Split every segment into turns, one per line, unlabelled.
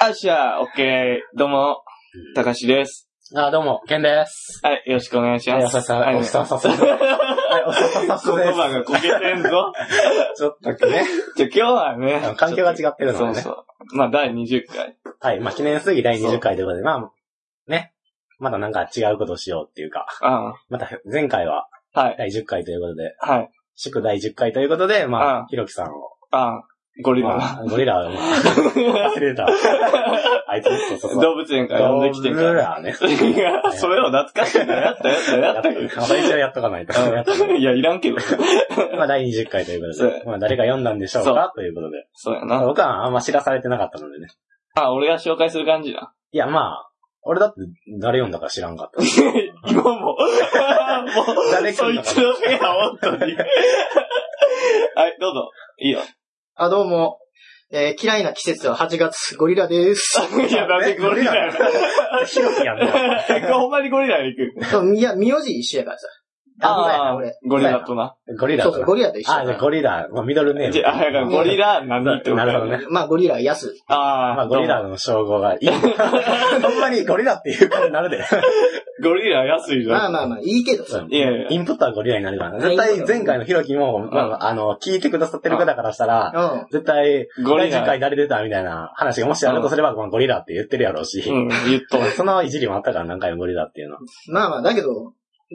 あっしゃー、オッケー。どうも、たかしです。
あ、どうも、ケンです。
はい、よろしくお願いし
はい、
ま
お
す。
ささ、
はい
おさささ、はい、おさささ
言
で
葉がこけてんぞ。
す。ちょっとね、
じゃ、今日はね。
環境が違ってる
そ
の
う
でね
そ。う。まあ、第20回。
はい、まあ、記念すべき第
そう
20回ということで、まあ、ね、まだなんか違うことをしようっていうか、
あ
また前回は
あはい、
第10回ということで、
はい、
祝第10回ということで、
う
ま
ん
あ、ひろきさんを、
ああゴリラ
まあ、ゴリラは、まあ、忘れ た。あいつ、そうそうそう。
動物園から呼んできてん
ゴ
か
リ
ら。
ラね。
いや、それを懐かしいな。やったやった
や
や
っ
っ
と
た
く。まだ一応やっとかないと。やっとく
うんいや、いらんけど。
まあ、第20回ということ
そ
で、まあ、誰が読んだんでしょうかということで。
そうや
まあ
な。
僕はあんま知らされてなかったのでね。
あ、俺が紹介する感じな。
いや、まあ、俺だって誰読んだか知らんか った。
今も。もう、
誰来
そ
ん
い
のかな
つの部屋、本当に。はい、どうぞ。いいよ。
あ、どうも。えー嫌いな季節は8月、ゴリラです。
いや、なんでゴリラやね ん
ひろきやんな。
え ほんまにゴリラに行く。
そういや、名字一緒やからさ。あ、
あ
そうや
ーゴリラとな。
ゴリラ
な、俺。そう
だな。
そう、ゴリラと一緒
あ、
や
じ
か
ゃあゴリラ、まあ、ミドルネーム。
じゃあ、だからゴリラ何ってこと
な
や
るほどね。
ら。まあ、ゴリラ、ヤス。
ああ、
まあ、ゴリラの称号が いい。ほんまにゴリラっていう顔になるで。
どうも。ゴリラ安いぞ。
まあまあまあ、いいけどさ。
いやいや
インプットはゴリラになるからね。絶対前回のひろきも、まあ、あの、聞いてくださってる方からしたら、
う
絶対、
ゴリ
第10
ラ。
回誰出たみたいな話がもしあるとすれば、まあゴリラって言ってるやろうし。
うん、言っとる。
そのいじりもあったから何回もゴリラっていうのは。
ん。まあまあ、だけど、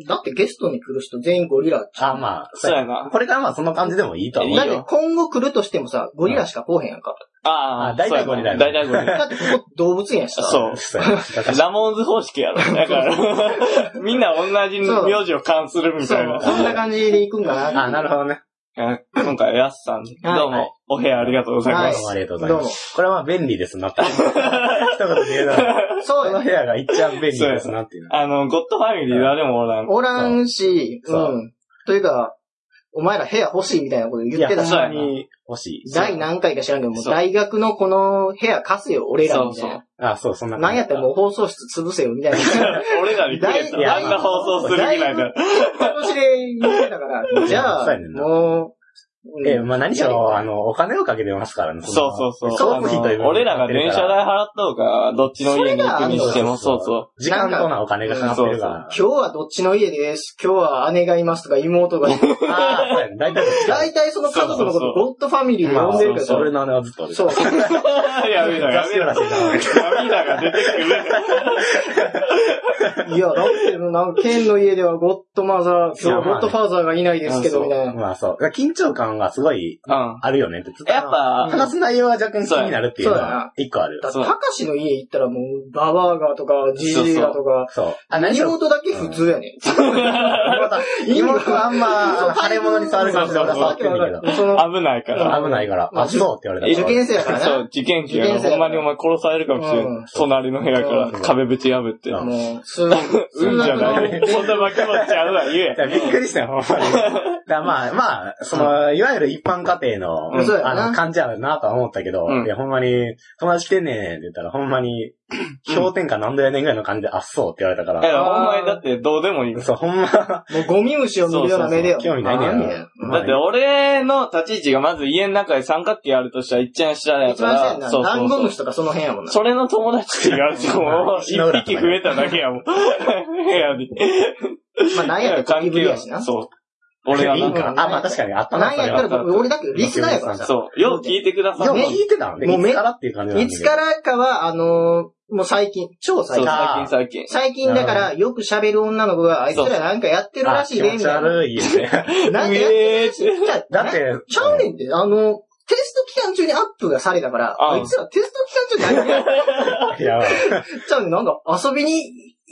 だってゲストに来る人全員ゴリラ。
あ、まあ、
そうやな。
これからまあその感じでもいいとは思う
だ
い
っ
い
よ。
て
よ
今後来るとしてもさ、ゴリラしか来おへんやんか。
ああ、
あ大体ゴリラやな
大体ゴリラ。
だってここ動物園やしさ。
そう。
そうやな
ラモーンズ方式や ろ。だから、 みんな同じ名字を冠するみ
そ
たいうな。。
そんな感じで行くんかな。
あ、なるほどね。
あ今回はやすさん、どう
は
も、お部屋ありがとうござい
ど
ま
う
す。
もありがとうござい
どう
ま
も
す。。これはまあ便利ですなって。一言で言うなら、
そ
こ
う
の
や。
部屋がいっちゃ便利ですなっていう。
あの、ゴッドファミリー誰もおらん。
おらんし、う。
そうん
というか、お前ら部屋欲しいみたいなこと
い
言
や、
ってた
本
し
そう。や
当
な
に欲しい。
第何回か知らんけど、もう
そう
大学のこの部屋貸せよ、俺らみたい
そう
な。
あ、そう、そんな
なんやったらもう放送室潰せよ、みたいな。
俺らにくれた。
だ
あ
い
んな放送するぐらいだ。
楽しで言ってたから、じゃあ
そうやね、んな
もう、
え、まあ何しろ、あ
の、
の、お金をかけてますからね。
そうそうそう。
そう費という
あの俺らが電車代払っとうか、どっちの家に行くにしても、そ
そうう
そ
時間とのお金がかかってるから。
今日はどっちの家です、今日は姉がいますとか妹がいます。
ああ、そうやね。大体どっちか
大体その家族のこ
そうそう
と、ゴッドファミリーで呼んでる
まあ
から
そう
さ
俺の姉はずっと俺。
そう。
う。 やめろやめろ。
雑誌らしい
涙が出てくる。
いや、だって、なんか、県の家ではゴッドマザー、
いや
今日
まあ
ゴッドファーザーがいないですけ
う
ど、
ん
みたい
な
な。
まあそう。緊張感がすごい
うん。
あるよねって。
やっぱ、
話す内容は若干気になるっていうのは、一個ある
だ
よ。
って、
そう
たかしの家行ったらもう、ババアがとか、ジジイがとか、
そう。
あ、何事だけ普通やねん。
妹はあんま、あの腫れ物に触る感じで俺は触ってんだけど。
その、
危ないから。
危ないから、
まあ
あ、そうって言われた
受
から。
験生やからな。
そう、受験期やから
受験生
ほ
や
んま
から
にお前殺されるかもしれ
うん
ん。隣の部屋から
うん
壁ぶち破って。
うん
もう、数学、
う
数
んじゃ
学
な
の、
い。そんな負けもちゃうわ、言え
だ。からびっくりしたよ、ほんま に。だからまあ、まあ、その、いわゆる一般家庭の、
うんそうやな
あの、感じやなとは思ったけど、
うん
いや、ほんまに、友達来てんねんって言ったら、ほんまに、氷点下何度やねんぐらいの感じで、あっそうって言われたか、
だからら、お前だってどうでもいい。
そう、ほんま、
もうゴミ虫を見るような目でよ。
興味ないね
何
ん
や
やろ。まあ
だって俺の立ち位置がまず家の中で三角形あるとしたら一ちゃん下や
一
か
番下やん
ら、
な。
そう
ダ
そ
ン
う
ゴ
そう
ム。シとかその辺やもんな。
それの友達って言われても、一
篠浦とか
匹増えただけやもん。部屋に。
まあ、なんやったらゴキブリやしな。
そう。俺が
いい
なんんか、
か。あ、まあ確かにあったな、
なん
それ
やった
は。
ら僕、俺だけどリスナーやからさ。
そう。よう聞いてくださ
でも
い。
聞いてたんで、
もう
い
め
つからっていう感じなん
い
だ
つ
けど
か。らかは、あのーもう最近、超
そ
最
う、
近。
最近最近。
最近だから、よく喋る女の子が、あいつらなんかやってるらしいね、
あ気持
み
ち
たいな。
悪いよね。
なんかやって
ええーって。
るらしい。
だって、
ちゃうねんって、あの、テスト期間中にアップがされたから、
ああ
あいつらテスト期間中何やっ
いや、
ちゃうねんなんか遊びに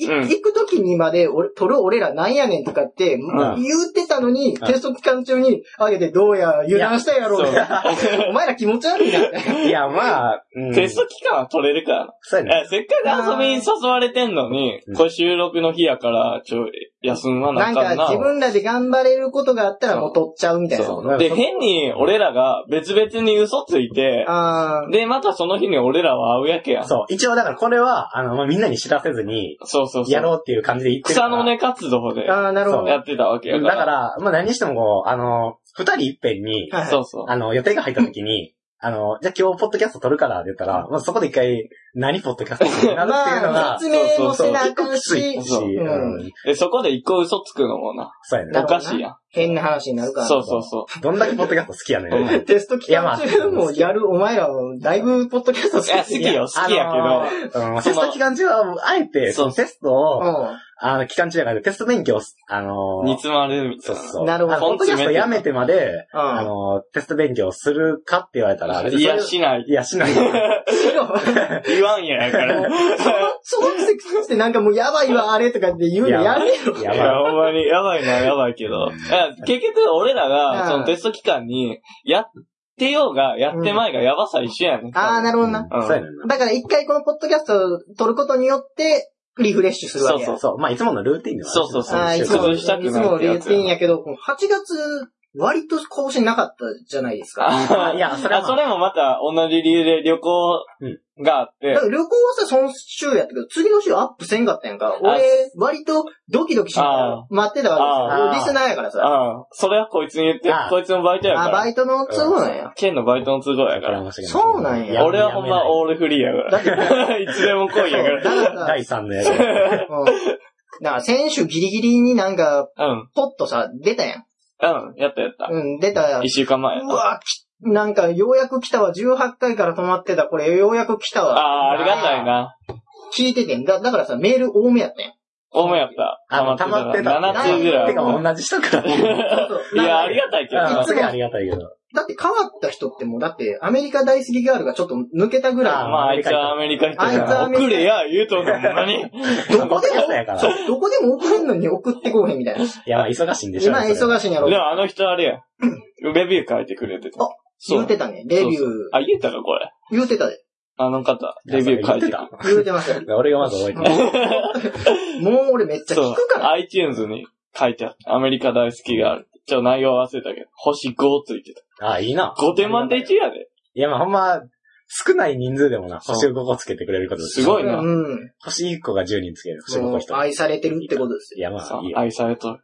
い
うん
行く時にまで、俺、撮る俺らなんやねんとかって、
ん
言ってたのに、テスト期間中に上げてどうや、油断したやろ、
い
みたいな お前ら気持ち悪いな、みたい
いや、まあ、うん
テスト期間は取れるからな。
そうやね。
えせっかく遊びに誘われてんのに
う、ん
これ収録の日やから、ちょ、休まな
な。
あ
な
か
ん
ん
か
な。
自分らで頑張れることがあったらもう撮っちゃうみたいな。
そう。
なんか
で、
そ
変に俺らが別々に嘘ついて、
あー
で、またその日に俺らは会うやけやん。そう
そう。一応、だからこれは、あの、まあみんなに知らせずに、
そうそう
やろうっていう感じで言ってるか
草
ら。
の根活動で
あー、なるほど。
やってたわけや
だ
から。
から、まあ何にしてもこう、あの、二人いっぺんに、
はい
そうそう。
あの、予定が入った時に、あの、じゃあ今日ポッドキャスト撮るからって言ったら、まあそこで一回、何ポッドキャストってなるっていうの
ま
が
あ、、説明もせなあかん
そうき
し
つい、し、
そう
うん。
で、そこで一個嘘つくのもな、
そうやね
お。かしいや
変な話になるか
ん。
ら。
そうそうそ
どんだけポッドキャスト好きやね
うん
ん。
テスト期間中もやるお前らは、だいぶポッドキャスト好
う。
き
いや、好きよ、好きやけど、
うん、テスト期間中は、あえて、そのテストを、
う
あの、期間中やからテスト勉強を、あのー、
煮詰まるみた
そ
いうな。
そう。
なるほど
あのポッドキャストやめてまで、
ん。うん。
あのー、テスト勉強するかって言われたら、別に
い
そうう
や、しない。
いや、し ない。
しろ
言わんややから。
そのセクってなんかもうやばいわ、あれとかって言うのやめろ。
や
い
ば
や、
い。
ほんまに、やばいな、やばいけど。いや結局、俺ら
うん
が、そのテスト期間に、やってようが、やってまいが、やばさ一緒やねん。
ああ、なるほどな。
うんそうやねんな。
だから一回このポッドキャストを撮ることによって、リフレッシュするわけや。
そう
そう、まあ、いつものルーティンではある
そうそうそう
ああ、いつも、
崩
い
したくなる
つも
ってやつやな
ルーティンやけど、この8月、割と更新なかったじゃないですか。
あいやそれは
あそれもまた同じ理由で旅行があって
だか、ら旅行はさ、その週やったけど、次の週アップせんかったやんか。俺、割とドキドキしながら待ってたわ
あ
け
あ
ですよ。リスナーやからさ。
ああ、それはこいつに言って
あ、あ
こいつのバイトや
あ、
か
バ
ら。
イトの都合なんや。
県のバイトの都合やから。
そうなんや
俺はほんま
お
オールフリーやから。いつでも来いやか
だからさ、
第3のやつ。
うんだから先週ギリギリになんか、
ら。うん。
ポッとさ、出たやん。
うん。やったやった。
うん、出た。
一週間前やっ
う
た。
わ、きなんか、ようやく来たわ。18回から止まってた。これ、ようやく来た
あ
わ。
あ、ありがたいな。
聞いててん。だ、だからさ、メール多めやったやん。
多めやった。
あの、溜まってた。
7通ぐら
て
い。
か、同じ人から。うん
そう そう
いや、ありがたいけどな。
すげえありがたいけど。
だって変わった人ってもう、だって、アメリカ大好きガールがちょっと抜けた
ま
ぐら
あ、あいつはアメリカ人
あいつ
や
はア
から。
メリカ
送れや、言うとんの、ほんまに。
い。どこで
ポッドキャスト
も、
やから。い
そうどこでも送れんのに送ってこうへんみたいな。
や、まあ、忙しいんでしょ。
今
それは
忙しいんやろ
で。もあの人あれや。レビュー書いてくれてた
あ。
そ
言う
う。
てたね。レビュー。
あ、言うたか、これ。
言うてたで。
あの方、レビュー書いてた。
言うてました よ。
俺がまず覚えてる。
もう俺めっちゃ
そ
聞
う
くか。ら。
iTunes に書いてあった。アメリカ大好きがある。ちょ、内容忘れたけど、星5ついてた。
あ、いいな。
5点満点1やで。
いや、まあ、ほんま、少ない人数でもな、
そう
星5個つけてくれること
すごいな。
うん。
星1個が10人つける。星5
も
個
う
1人。
愛されてるってことですよ。
いや、ま
そ
あ、
う
いいよ。
愛されとる。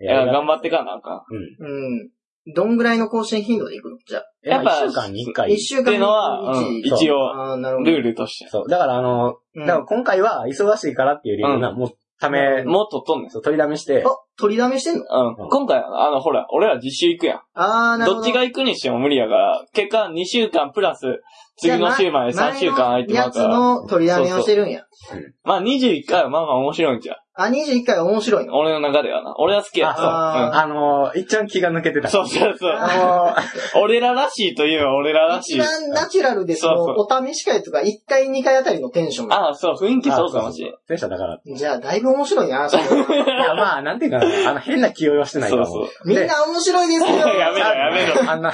い
いや、
い
頑張ってかなあか
うん。
うん。どんぐらいの更新頻度でいくのじゃあ。
や
や
っ
っ
ぱ
ぱ、1週間に1
一
回。
週
って
間
いうのは
に
うん
一日
一応
ああ、な
ん。
るほど。
ルールとして。
そう。だから、あの、
うん
だから今回は忙しいからっていう理由な、
う
もう、ため、
もっととんねん。
そう取りだめして、
あ、取りだめしてんの
うん。今回、あの、ほら、俺ら実習行くやん。
ああ、なるほ
どっ
ど。
ちが行くにしても無理やから、結果2週間プラス、次の週まで3週間空いてまう
やつ
から。
の取りだめをしてるんや。
まあ21回はまあまあ面白いんじゃう。
あ、21回面白いの。
俺の中ではな。俺は好きや。
あ
あの、いっちゃん気が抜けてた。
そううんそうそうそう。
あ
俺ららしいといえば俺ららし
一
い。
番ナチュラルでその、
そ
お試し会とか、1回、2回あたりのテンションが。
ああ、そう、雰囲気
の、
そうかもしれん。
電車だから。
じゃあ、だいぶ面白い な、それ
いや、まあ、なんていうかな、あの、変な気負いはしてないか
そう
も。
そう。
みんな面白いですよ。
やめろ、やめろ。
あんな、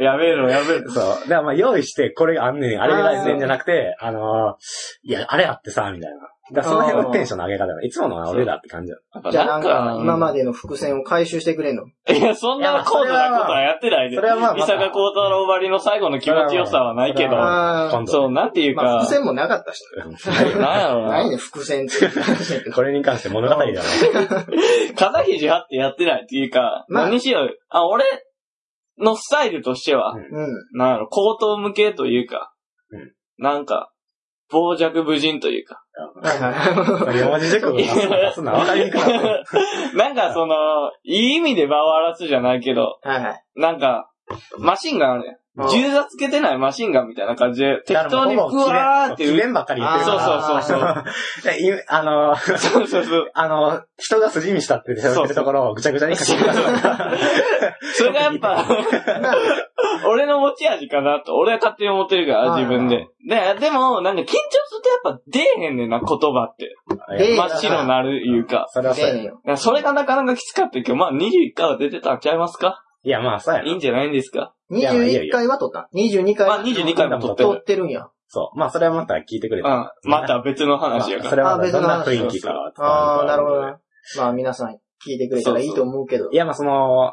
やめろ、やめろ。
そう。だからまあ用意して、これがあんねん、あれがあんねんじゃなくて、あのー、いや、あれあってさ、みたいな。だからその辺のテンションの上げ方が、いつものは俺らって感じだ。
やっぱ
じゃあ、なんか、今ま
で。
での伏線を回収してくれんの。
いや、そんな高度なことはやってないで。
それはまあ、ま
伊坂幸太郎ばりの最後の気持ちよさはないけ
それは
ど、
ああ
今
そう、
度。
なんていう
ー、まあ、
か、
伏線もなかったし。
なんやろ
ない
な。
ね、伏線っていう話やけど。
これに関して物語だな。
肩肘張ってやってないっていうか、
まあ
何しよう。あ、俺のスタイルとしては、
うん。
なんやろ、口頭向けというか
うん、
なんか、傍若無人というか。
はいはい
四文字熟語出すな出すな、わかりにくい。
なんかその、いい意味で場を荒らすじゃないけど、
はいはい。
なんか、マシンガンあるやん。
うん
銃座つけてないマシンガンみたいな感じで、適当にふわーって
言
撃
う。
っ
機ばっかり言ってるから。
そうそうそうそう。
でいあのー、
そうそうそう。
あのー、人が筋にしたって喋ってるところをぐちゃぐちゃに書き出す
それがやっぱ、
な
俺の持ち味かなと、俺は勝手に思ってるか
は
ら、
い
自分で。で、でも、なんか緊張するとやっぱ出えへんねんな、言葉って。
出えへん
真っ白になるいうか。
それはそうや
出えへんよ
だからそれがなかなかきつかったけど、まあ21回は出てたんちゃいますか
いや、まあ、そうや
いい
な。
んじゃないんですか
21回は撮った。22回。
まあ22回も撮って
撮っ
る。
てるんや。
そう。まあ、それはまた聞いてくれ
う
た。
ん。また別の
まあ
話や
そ
から。
れはまたどんな雰囲気かは伝わ
ああ、な
と
る
思
ほ
う
ど
んで
ね。まあ皆さん聞いてくれたらいいと思うけど。
いや、まあ、その、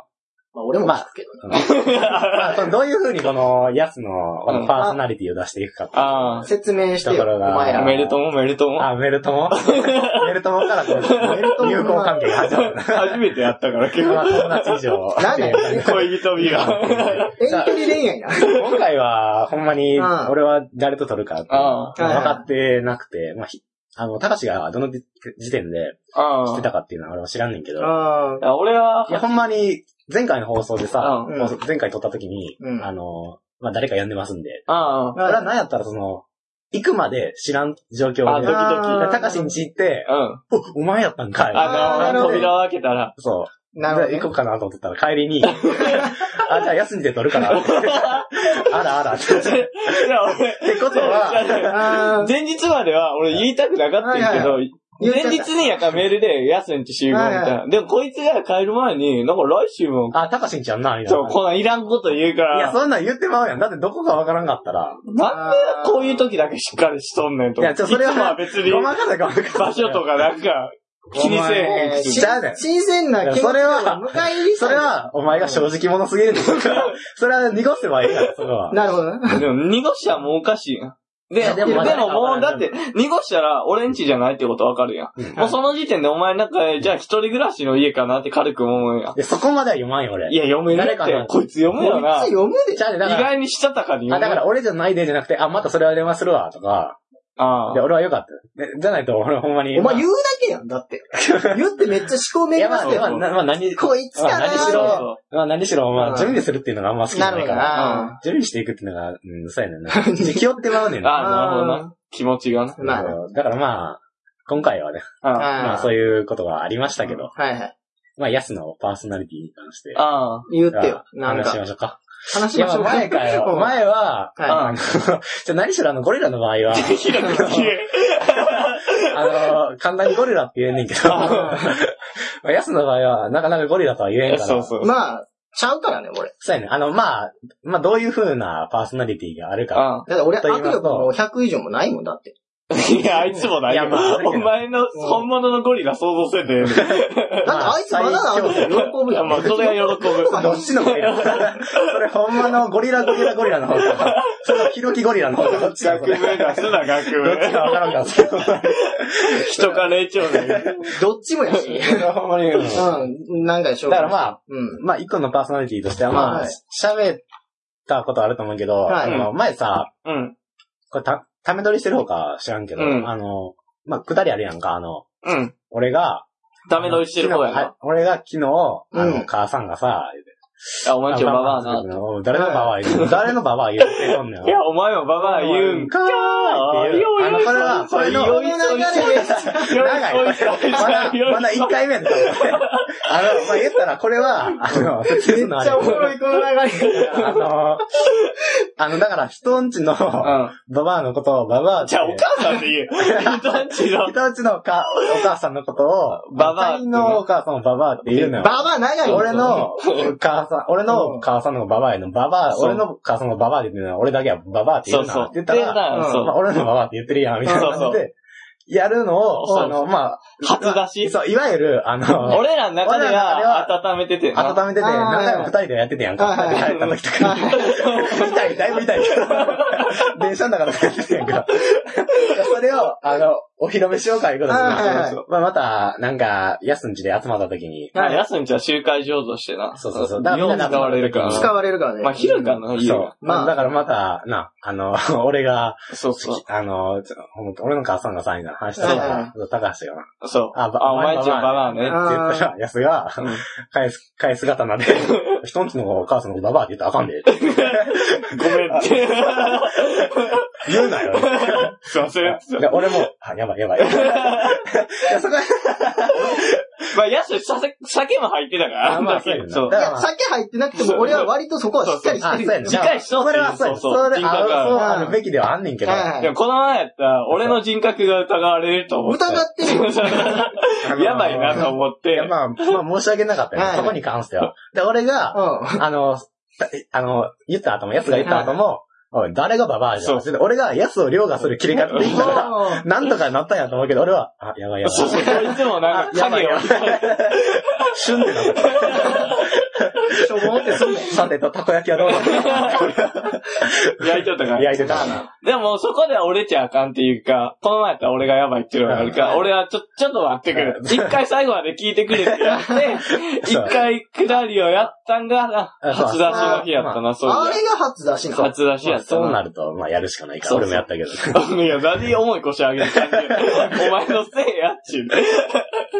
まあ俺も聞くけどね。
まあそのどういうふうにこの、やつの、こ
うん
のパーソナリティを出していくかっていう
あ
説明してよ、
だから
お
な
前
あ、
ら。
おめでとうもめでとうも。
あ、メルトモ メルトモからこ
メル
の、
トモ
友好関係が始まる。
初めてやったから、結
まあ
構。
友達以 上。
なんだ よ
恋人日が。
遠距離恋愛な。
今回は、ほんまに、
うん
俺は誰と撮るかって、
あ
あ
分かってなくて、まあ、ひあの、高志がどの時時点で
あ
来てたかっていうのは俺は知らんねんけど、、
ああ。
あ。俺はい
や、ほんまに、前回の放送でさ、
うん
もう前回撮った時に、
うん
あの、まあ、誰か呼んでますんで、
あ
それは何やったらその、行くまで知らん状況で、
あドキドキ
だから
あー
高志んち行って、
あ、うん。
お、お前やったんかい。
あ
あ
なる
の、
ほど
扉を開けたら、
そう。
なるほど
じゃあ
ね
行こうかなと思ってたら帰り に、あ、じゃあ休んで撮るから。あらあらって。って
いや、俺、
こ とは、
あー
前日までは俺言いたくなかったんやけど、
言ってた
前日にやからメールで、やすんち集合みたい
はい
な。でもこいつが帰る前に、なんか来週も、
あ、高しんちゃんな、みたい
そう、
な。
こんなんいらんこと言うか
いや、
ら、
そんなん言ってまうやん。だってどこかわからんかったら。
なんでこういう時だけしっかりしとんねんと。
いやちょそれはい
つもは別に
ご、まかせかわからんかった
場所とかなんか、気にせえへんく
お
て
前。ちゃうねん
新鮮な気持ちを
それは
迎え入れたい
それ、は、お前が正直者すぎるんだから、それは濁せばいいから、それは。
なるほどね。
でも、濁しちゃもうおかしいやん。
い
で、
や
で
で
も
も
もう、だって、濁したら、俺んちじゃないってことわかるやん。もうその時点でお前なんか、じゃあ一人暮らしの家かなって軽く思うやん。
でそこまでは読まんよ、俺。
いや、読めるっ
誰か
て
な、
こいつ読むよな。
こ
意
いつ読むでし
じゃあね、だから、
外にしたたかに読む。
あ、だから俺じゃないでじゃなくて、あ、またそれは電話するわ、とか。
あ
で、俺はよかった。でじゃないと、俺ほんまに。
ょ。お前
ま
言うだけやん、だって。言ってめっちゃ思考
あい
め
や、
りま
まあ、
す
まあ
よ。
なまあ、何、
こいつか
まあ何
あ
し
な
ろ
そう
まあ、何しろ、ま
うん
あ、準備するっていうのがあんま好きじゃ
な
な
る
い
ほ
か
ど
ら。
ら
な。
準備していくっていうのが、うん、そうやねんな。気負ってまうねんな。
あなるほどな。気持ちがな。
まあな
そうだからまあ、今回はね、
あ
まあ
う
そういうことがありましたけど、
はいはい。
まあ、ヤスのパーソナリティに関して、
あ。
言ってよ。なん
話し
か。
ましょうか。
話
い
し
や
ましょうか。
前か よ。前は、
はい
あの、じゃ何しろあの、ゴリラの場合は、
できなくて。
あの、簡単にゴリラって言えんねんけど、 まあ、ヤスの場合は、なかなかゴリラとは言えんから、
そうそう。
まあ、ちゃうからね、俺。
そうやね。あの、まあ、まあ、どういう風なパーソナリティがあるか。
あ
だって俺、
と言い
握
ます
力
と
も100以上もないもんだって。
いや、あいつもないよ
いやまああるけど
お前の本物のゴリラ想像せて。
だってあいつまだあの喜ぶ
いや、
やん。
まあ、それは喜ぶ。
どっちのゴリラ それほんまのゴリラゴリラゴリラの方か。それのヒロキゴリラの方か。どっちだ
学
こ
部
れどっ
出すな、学
ちか
部。
わからんかったけど。
人か霊長類。
どっちもやし。
それはほんまに。うん
うん、なんかでしょ
だ
う。
からまあ、
うん。
まあ一個のパーソナリティとしてはま
は
あ
い、
喋ったことあると思うけど、
は
あ
い
の、前さ、
うん。
これた、ため撮りしてる方か知らんけど、
うん
あの、まあ、くだりあるやんか、あの、
うん。
俺が、
ダメ取りしてる方や
昨日
な。
あ俺が昨日、あ
うん
の、母さんがさ、
あ、お前ちょ、ババアな。
な。誰のババア言う誰のババア言ってとんねん。
いや、お前もババア言うんか。
かーっていう。あの、これは、これの、
よいしょいしょ。
長い。
よ
ま
いしょいしょ。
だ、まだ1回目やったあの、まあ、言ったら、これは、あの、説明するのあれ
い、この流れ。
あの、あの、だから、人んちの、バ
う
バアのことを、ババアっ
ん。
て。
じゃあ、お母さんで言 う。人んちの。
人んちのか、お母さんのことを、
ババアってね
他人のお母さんをババアって言うのよ。
ババ長い。
俺、の、母さん、俺の母さんのババアやの、ババア、
そう
俺の母さんのババアで言うのは、俺だけはババアって言
そうう
な
そう。
って言ったら、
でな
うん
そう
まあ、俺のババアって言ってるやん、みたいな感じで、やるの
そう
を、あの、まあ、
初出し。
そう、いわゆる、あの、
俺らの中では温めててな。
温めてて、
あー
何回も二人でやっててやんか。
はいはい
帰った時とかに。痛い、だいぶ 痛いけど。電車の中とかやっててやんか。それを、あの、お披露目しようか、いうことで。
あーはいはい
まあ、また、なんか、安んちで集まった時に、
まあ、やすんちは集会上手してな。
そうそうそう
だから、使
だから
わ
み
れ
んな
る
で
から
使
な。
われるからね。
まあ、ひるかな、家
そう
が。。
まあ
だからまた、な、あの、 俺が、
そうそ
あの、ちょほんと俺の母さんがさ、みたいな話してた
はいは
ら、高橋がな、
う。そう。
あ、ば
あ、お前んちのババアね。
って言ったら、安が、
うん
返す、返す刀 で、人んちのお母さんのババアって言ったらあかんで。
ごめんって。
言うな よ。
すいません。
で俺も、あ、やばいやばい。いや、そこは、
まあ、やす、させ酒も入ってたから。
あまあ
だけど
そうやな
そう
いや、酒入ってなくても、俺は割とそこはしっかりして
あ、
る
そうや
よ。
ね。
次回しようっていう
それはそうやね。
そう
そ
そう
れ、あ
人格が
のそうあるべきではあんねんけど。
はい
あ
でも、この前やったら、俺の人格が疑われると思って。
疑ってるよ。
の
やばいなと思っ
い
て
や、。まあ、まあ、申し訳なかったよ
は
ね。
い
そこに関しては。で、俺が、
う
あの、たあの、言った後も、やつが言った後も、おい、誰がババアじゃん。それで俺がやつを凌駕する切り方で言
ん。
ったら、
もう
なんとかなったんやと思うけど、俺は、あ、やばいや
そう
ば
そう、
い。
こいつもなんか
やば
影
い
を
やばい。シュンってなった。
しょぼーってすんねん。
さてと、たこ焼きはどうなの
焼いとった から。
焼いてたな。
でも、そこでは折れちゃあかんっていうか、この前やったら俺がやばいっていうのがあるから、俺はちょ、ちょっと待ってくれ。一回最後まで聞いて くれって言って、一回下りをやったんが、
あそう
初出しの日やったな、そう
あれが初出しなの。
初出し
ま
や
あ
った
そう
な。
なると、まあやるしかないから、
そうそ
俺
う
もやったけど。
いや、何重い腰上げる感じ。お前のせいやっちゅうね。
い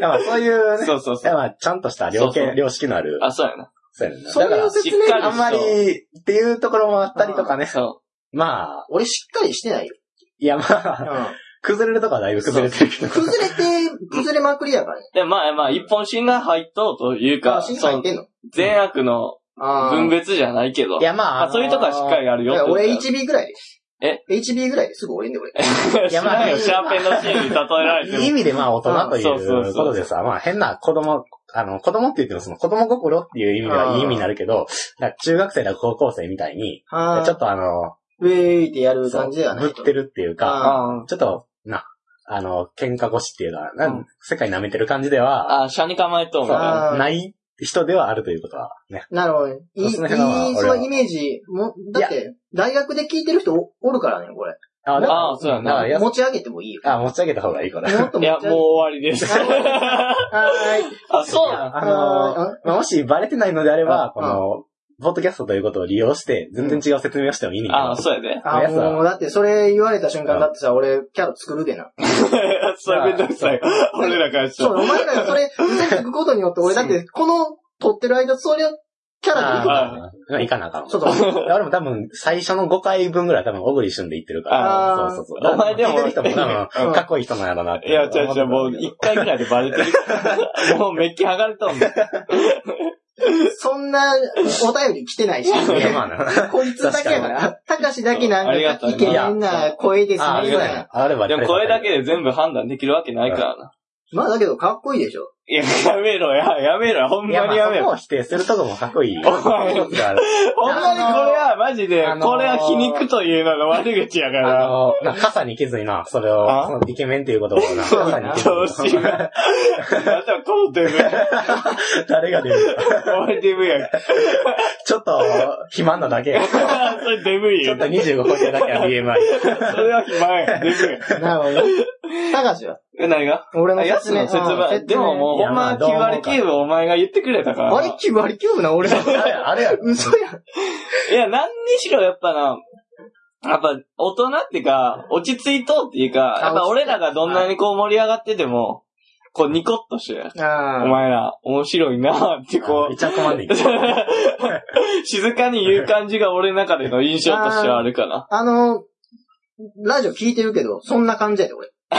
やまあそういうね、
そうそう
い
そう。
やまあちゃんとした量
そうそ
形、
う
量式のある、
あ、そうやな。
そうやねんな
そう
だ
いう
か、
説明
しっからり
あんまりっていうところもあったりとかね。
そ
まあ、
俺しっかりしてないよ。
いやまあ、崩れるとこはだいぶ崩れてるけど。
崩れて、崩れまくりやからね
う。。で、まあまあ、一本芯が入っとうというか、
あ
そ
新入っ
の、
てんの
善悪の
あー
分別じゃないけど
い。やまあ、
あ、そういうとこはしっかりある
い
よっ
や
て。
俺 HB ぐらいで。
え
?HB ぐらいですぐ折れんで俺。
いや、まあ、
いやまあ
シャーペンのシーンに例えられて
いい意
も。
味でまあ大人とい
あそうそうそう
うことでさ、まあ変な子供、あの、子供って言ってもその子供心っていう意味ではいい意味になるけど、だから中学生だ高校生みたいに、
あ
ちょ
ー
っとあの、
ウェーイってやる感じではな
ぶ
いと
っ。てるっていうか、
あ
ちょっと、な、あの、喧嘩腰っていうか、な
うん
世界舐めてる感じでは、
あ、あ、シャに構えとん
そう
わ。
あー
ない人ではあるということは、ね。
なるほどね。いい、いい、
そ
そ
の辺は俺は
のイメージ、も、だって、大学で聞いてる人おおるからね、これ。
あ
あそうやな
あいや
持ち上げてもいいよ。
あ、持ち上げた方がいい、これ。
もっと
い
持ち
や、も
上げ
う終わりです。
はーい。
あ、そうなの
あの
あ
まあもしバレてないのであれば、
あ
この、ポッドキャストということを利用して、全然違う説明をしてもいいねんけど
あ、そうやで。
あ、
やつは
もう、だってそれ言われた瞬間だってさ、俺、キャラ作るでな。
それめんどくさい。俺らからした
そう、
ら。
お前らがそれ、嘘つくことによって、俺だって、この、撮ってる間、それを、キャラでいくか
あーまあいかなあかんわ。
ちょっと、
俺も多分、最初の5回分ぐらい多分、小栗旬で言ってるから。
あー
そうそうそう。
お前でも
聞いてる人も多
うん
分、かっこいい人なんやろなって。
いや、違う違う、も う一回ぐらいでバレてる。 もうメッキ剥がれとんねん。
そんな、お便り来てないし、
いや、まあな。
こいつだけやから、たかしだけなんか、イケメンな声です
あー、あ
ね、
れ
み
が
たい
ね
な。
あれば
でも声だけで全部判断できるわけないからな。
まあ、だけど、かっこいいでしょ。
いや、やめろや、やめろや、ほん
いや、
ま
ま
にやめ
あ、そこ
ろ。
を否定するとこもかっこいい。
お前
そういうことがある
ほんまにこれは、マジで、これは皮肉というのが悪口やか
あ
ら。
の、な傘に行けずにな、それを
あ、
そのイケメンっていうことをな、
そう
傘
だ
に
な
行けず
調子
にな。
が。 あとはコンテンツ。
誰が出るか
お前デブやん。
ちょっと、肥満なだけや。ち
それデブい
ょ
よ
っ。と25超えただけは BMI。
それは肥満 や。デブや。
なるほどね。たかしは。
え、何が
俺の
あ、やつ
説明。
の説明。でももう、
いや
ほんま
まあどう
9
思うか
割9分お前が言ってくれたから。
あれ、9割9分な、俺の。
あれあれやろ。
嘘やん。
いや、何にしろやっぱな、やっぱ、大人ってか、落ち着いとうっていうか、
あ
やっぱ俺らがどんなにこう盛り上がってても、こうニコッとしてる、
あ
お
ー
前ら、面白いなってこ
めっちゃ困んねんけど。
う、静かに言う感じが俺の中での印象としてはあるかな。
あの、ラジオ聞いてるけど、そんな感じやで、俺。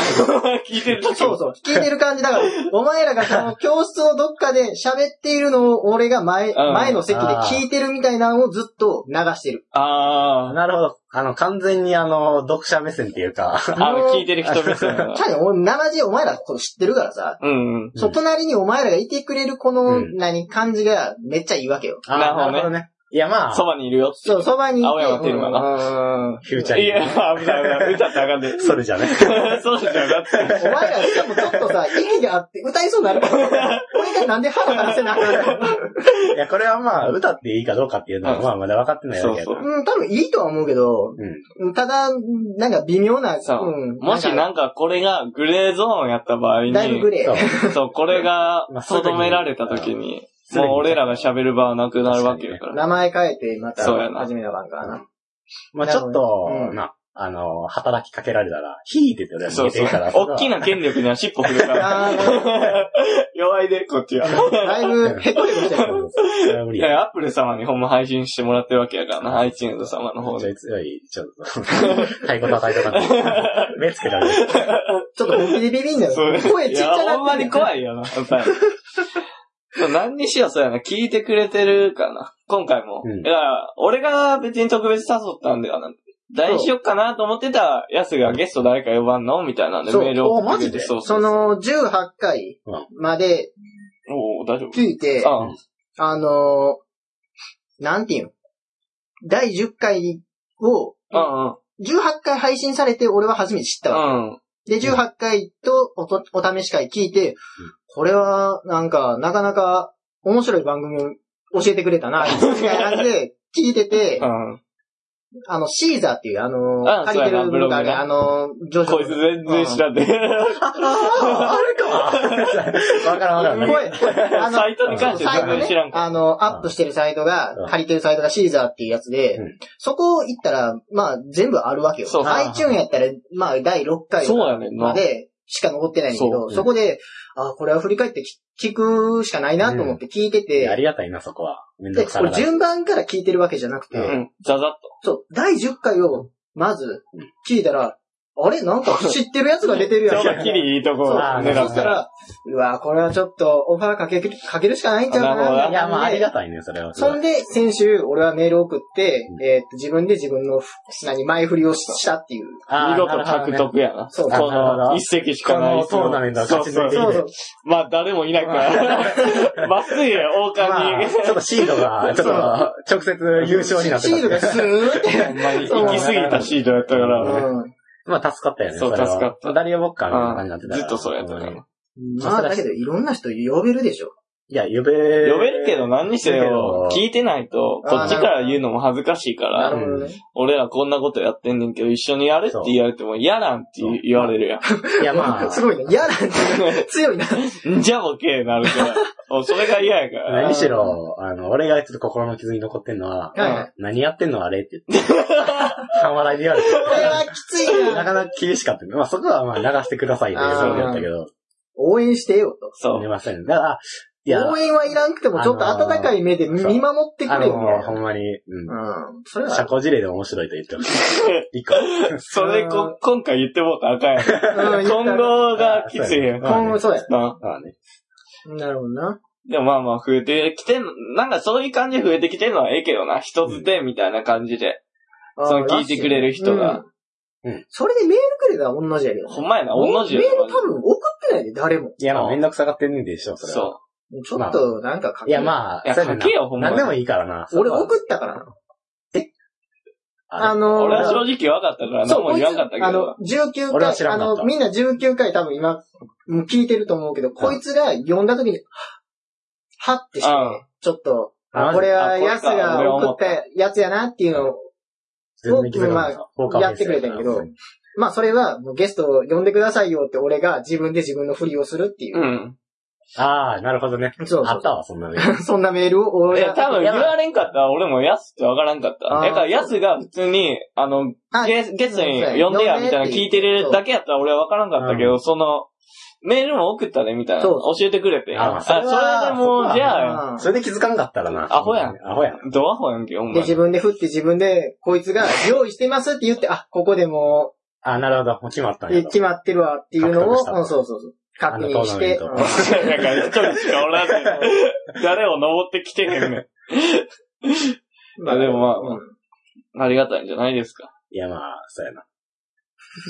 聞いて ると
そうそう。聞いてる感じ だから、お前らがその教室のどっかで喋っているのを俺が前、
うん
前の席で聞いてるみたいなのをずっと流してる。
あ
なるほど。あの、完全にあの、読者目線っていうか、
ー、あの、聞いてる人目線が
ち。ゃうよ、俺、生地お前らのこと知ってるからさ、
うんうん。
うん
その隣にお前らがいてくれるこの、
うん
何、感じがめっちゃいいわけよ。
あー
なるほどね
ね。いや、まあ、
そばにいるよって。
そう、そばにいて。
青山テルマな
うん
フューチャ
いや
ー、
危ない危ない。歌ったらあか んで。
それじゃ ね。
そうじゃなくて。
お前らしかもちょっとさ、息があって歌いそうになるから、俺がなんで腹垂らせなあかんの
いや、これはまあ、歌っていいかどうかっていうの
う
は、
ん
まあ、まだ分かってないわけやか
そう
ら。
うん、多分いいとは思うけど、
うん。
ただ、なんか微妙な、
そう
うん、
もしなんかこれがグレーゾーンやった場合に、
だいぶグレー
そう。
そう、これが
まあすぐ
と
に
どめられた時に、
すぐ
もう
に
俺らが喋る場はなくなるわけだから。
名前変えて、また、
そうやな
始めな番からな。
まあちょっ
う
と
ん、
な、あの、働きかけられたら、ヒーって言って俺は
そ
逃
う
げ
そ
て
う
るから。。
大き
な。
な権力には尻尾振る から。
あー
弱いで、こっちは。
だいぶ、へこへこしてる。
それは無
い
理や。
や、アップル様にほんま配信してもらってるわけやからな、iTunes 様の方
じゃ
で。
あ強い、ちょっと、 太鼓叩いとか な。目つけられる。
ちょっと本気でビビんだよ。
そう
声ちっちゃ
いや
な
ほんま
って
に
る。
怖いよな、やっぱり。そう何にしようそうやな、聞いてくれてるかな。今回も。
うん
だから、俺が別に特別誘ったんではなくて。誰にしよっかなと思ってたやつがゲスト誰か呼ばんのみたいなんで
そう
メールを送ってきて。
おマジで
そうそ。
そうの、18回まで
おー大丈夫
聞いて、
あ
あのー、なんていうの第10回を、
あ、
18回配信されて俺は初めて知ったわ
うん、うん。
け。で、18回とおとお試し会聞いて、これは、なんか、なかなか面白い番組教えてくれたな、みたいな感じで聞いてて
う、ん。
あの、シーザーっていう、あの
あ
ー、借りて
そうやな
る
ブログ
の
ね
あれ、あのー、上
こいつ全然知
ない。
らんで。
あ あ、あるか
わからんわからん。
声、声あの
サイトに関して
サイ
全
ト
然
ね
知らん、か
あの、アップしてるサイトが
うん、
借りてるサイトがシーザーっていうやつで
うん、
そこ行ったら、まあ、全部あるわけよ。
そう
iTune やったら、まあ、第6
ら。
回
そうやねん
ま
な。
でしか残ってないんだけ
そう
ど、
うん
そこで、あ、これは振り返ってき聞くしかないなと思って聞いてて、
ありがたいな、そこは。めんど
で、
くさ
これ
らない。
順番から聞いてるわけじゃなくて、
うん。ざざっ
そう、第10回を、まず、聞いたら、あれなんか知ってるやつが出てる
と。
や
ち
ん。
ょう
そう
どきりいいとこを
そ
あー
狙っ
したた
ら。
ら、うわ、これはちょっとオファーかける、かけるしかないんちゃうかな。
いや、まあ、ありがたいね、それは。
そんで、先週、俺はメール送って
う、
えーっと、自分で自分の、何、前振りをしたっていう。
あ
見
ー
事獲。得やな。
そう
こ
なるほ
の
ど
一席しかない。
このトーナメントは
そう
勝ち
そ
抜
う
いていい
そう。
そうそう。
まあ誰もいないから。まっすぐや、王
なるほどま
冠
あ
に。
ちょっとシードが、ちょっと、直接優勝になって
シールが
た。
スーンって。
ほんまに行き過ぎたシードやったから。
うん。
まあ、助かったよね。
そう
れは
助かった
ダリオ・ボッカーみたいな感じにな
うん
ってたから。
ずっとそうやったか
ほんまに
ら。
まあ、だけど、いろんな人呼べるでしょ。
いや、呼べる。
呼べるけど何にせよ、
呼べる
聞いてないと、こっちから言うのも恥ずかしいから、
なるほどね。
俺らこんなことやってんねんけど、一緒にやれって言われても嫌なんって言われるや
けどいや、ま あ
す、ごいね。嫌なんて強いな。
ん。じゃボケーなるから。もうそれが嫌やから。
何しろ、あの、俺がちょっと心の傷に残ってんのは、
はいはい
何やってんのあれって言 って。半笑いで言われて。
これはきつい
な
な。
かなか厳しかったね。まあ、そこはまあ、流してくださいっていう感じだったけど、
応援してよと。
そ
すみ
う。
ません。だから、いや、
応援はいらんくても、ちょっと温かい目で見守ってく
あ
れよみたい
の、ほんまに、うん。
な。うん。それは
社、交辞令で面白いと言 ってほしい。一個。
それこ、今回言ってもうたらあかんやん。
う ん
今。後がきついやん。
まあね
今後、そうや。
な
まあね。
なるほどな。
でもまあまあ増えてきてんの、なんかそういう感じで増えてきてんのはええけどな。一つで、みたいな感じで。
あー
その聞いてくれる人が。
うん
うん
それでメールくれたら同じやけどね。
ほんまやな、同じや
メール多分送ってないで、誰も。
いや、ま
うん
あ、めんどくさがってんねんでしょ、それ
そ
は。
ちょっと、なんか書
いや、ま
いや
あ、そうねんな
書けよほんま
なんでもいいからな。
俺送ったからな。
の、
あ
う。
のー、
俺は正直分かったから、何も言わんかったけ
あ
ど
の。、19
俺は知
回、
ら
あ
んかった
の、みんな19回多分今、もう聞いてると思うけど、こいつが読んだ時に、はっってして
うん、
ちょっと、あ
あ
これ
あ
は
これか
ヤスが送ったやつやなっていうのを、
全然気づかなか
僕
った放火
やってくれたんやけど
うん
まあそれはもうゲストを呼んでくださいよって俺が自分で自分のふりをするっていうう。
ん。
ああ、なるほどね。
そう
あ
そ
ったわ、そんなの。
う。そんなメールを
い
俺
や、
が、
多分言われんかったら俺もやすって分からんかった。
あー
だからやすが普通に、あの、
あ
ゲスゲストに
そうや
呼んでや、みたいな聞いてるだけやったら俺は分からんかったけ
う
ど、その、メールも送ったね、みたいな。
そ
教
うそ
えてくれて。
あ
あ、そ
そ
れ
れ
で
は
もう、
そ
じ
こ
ゃあ、
うん
それで気づかなかったらな。
アホやん。
アホやん。
ドアホやんけ、お前。
で、自分で振って自分で、こいつが用意してますって言って、あ、ここでも
あ、なるほど。もう決まった
うん
や
え決まってるわっていうのを、
獲得したと
うんそうそうそう。確認して。
あのトーナメント
うん
なんか一人しかおらず、誰も登ってきてへんねん。 まあでもまあまあ、ありがたいんじゃないですか。
いや、まあ、そうやな。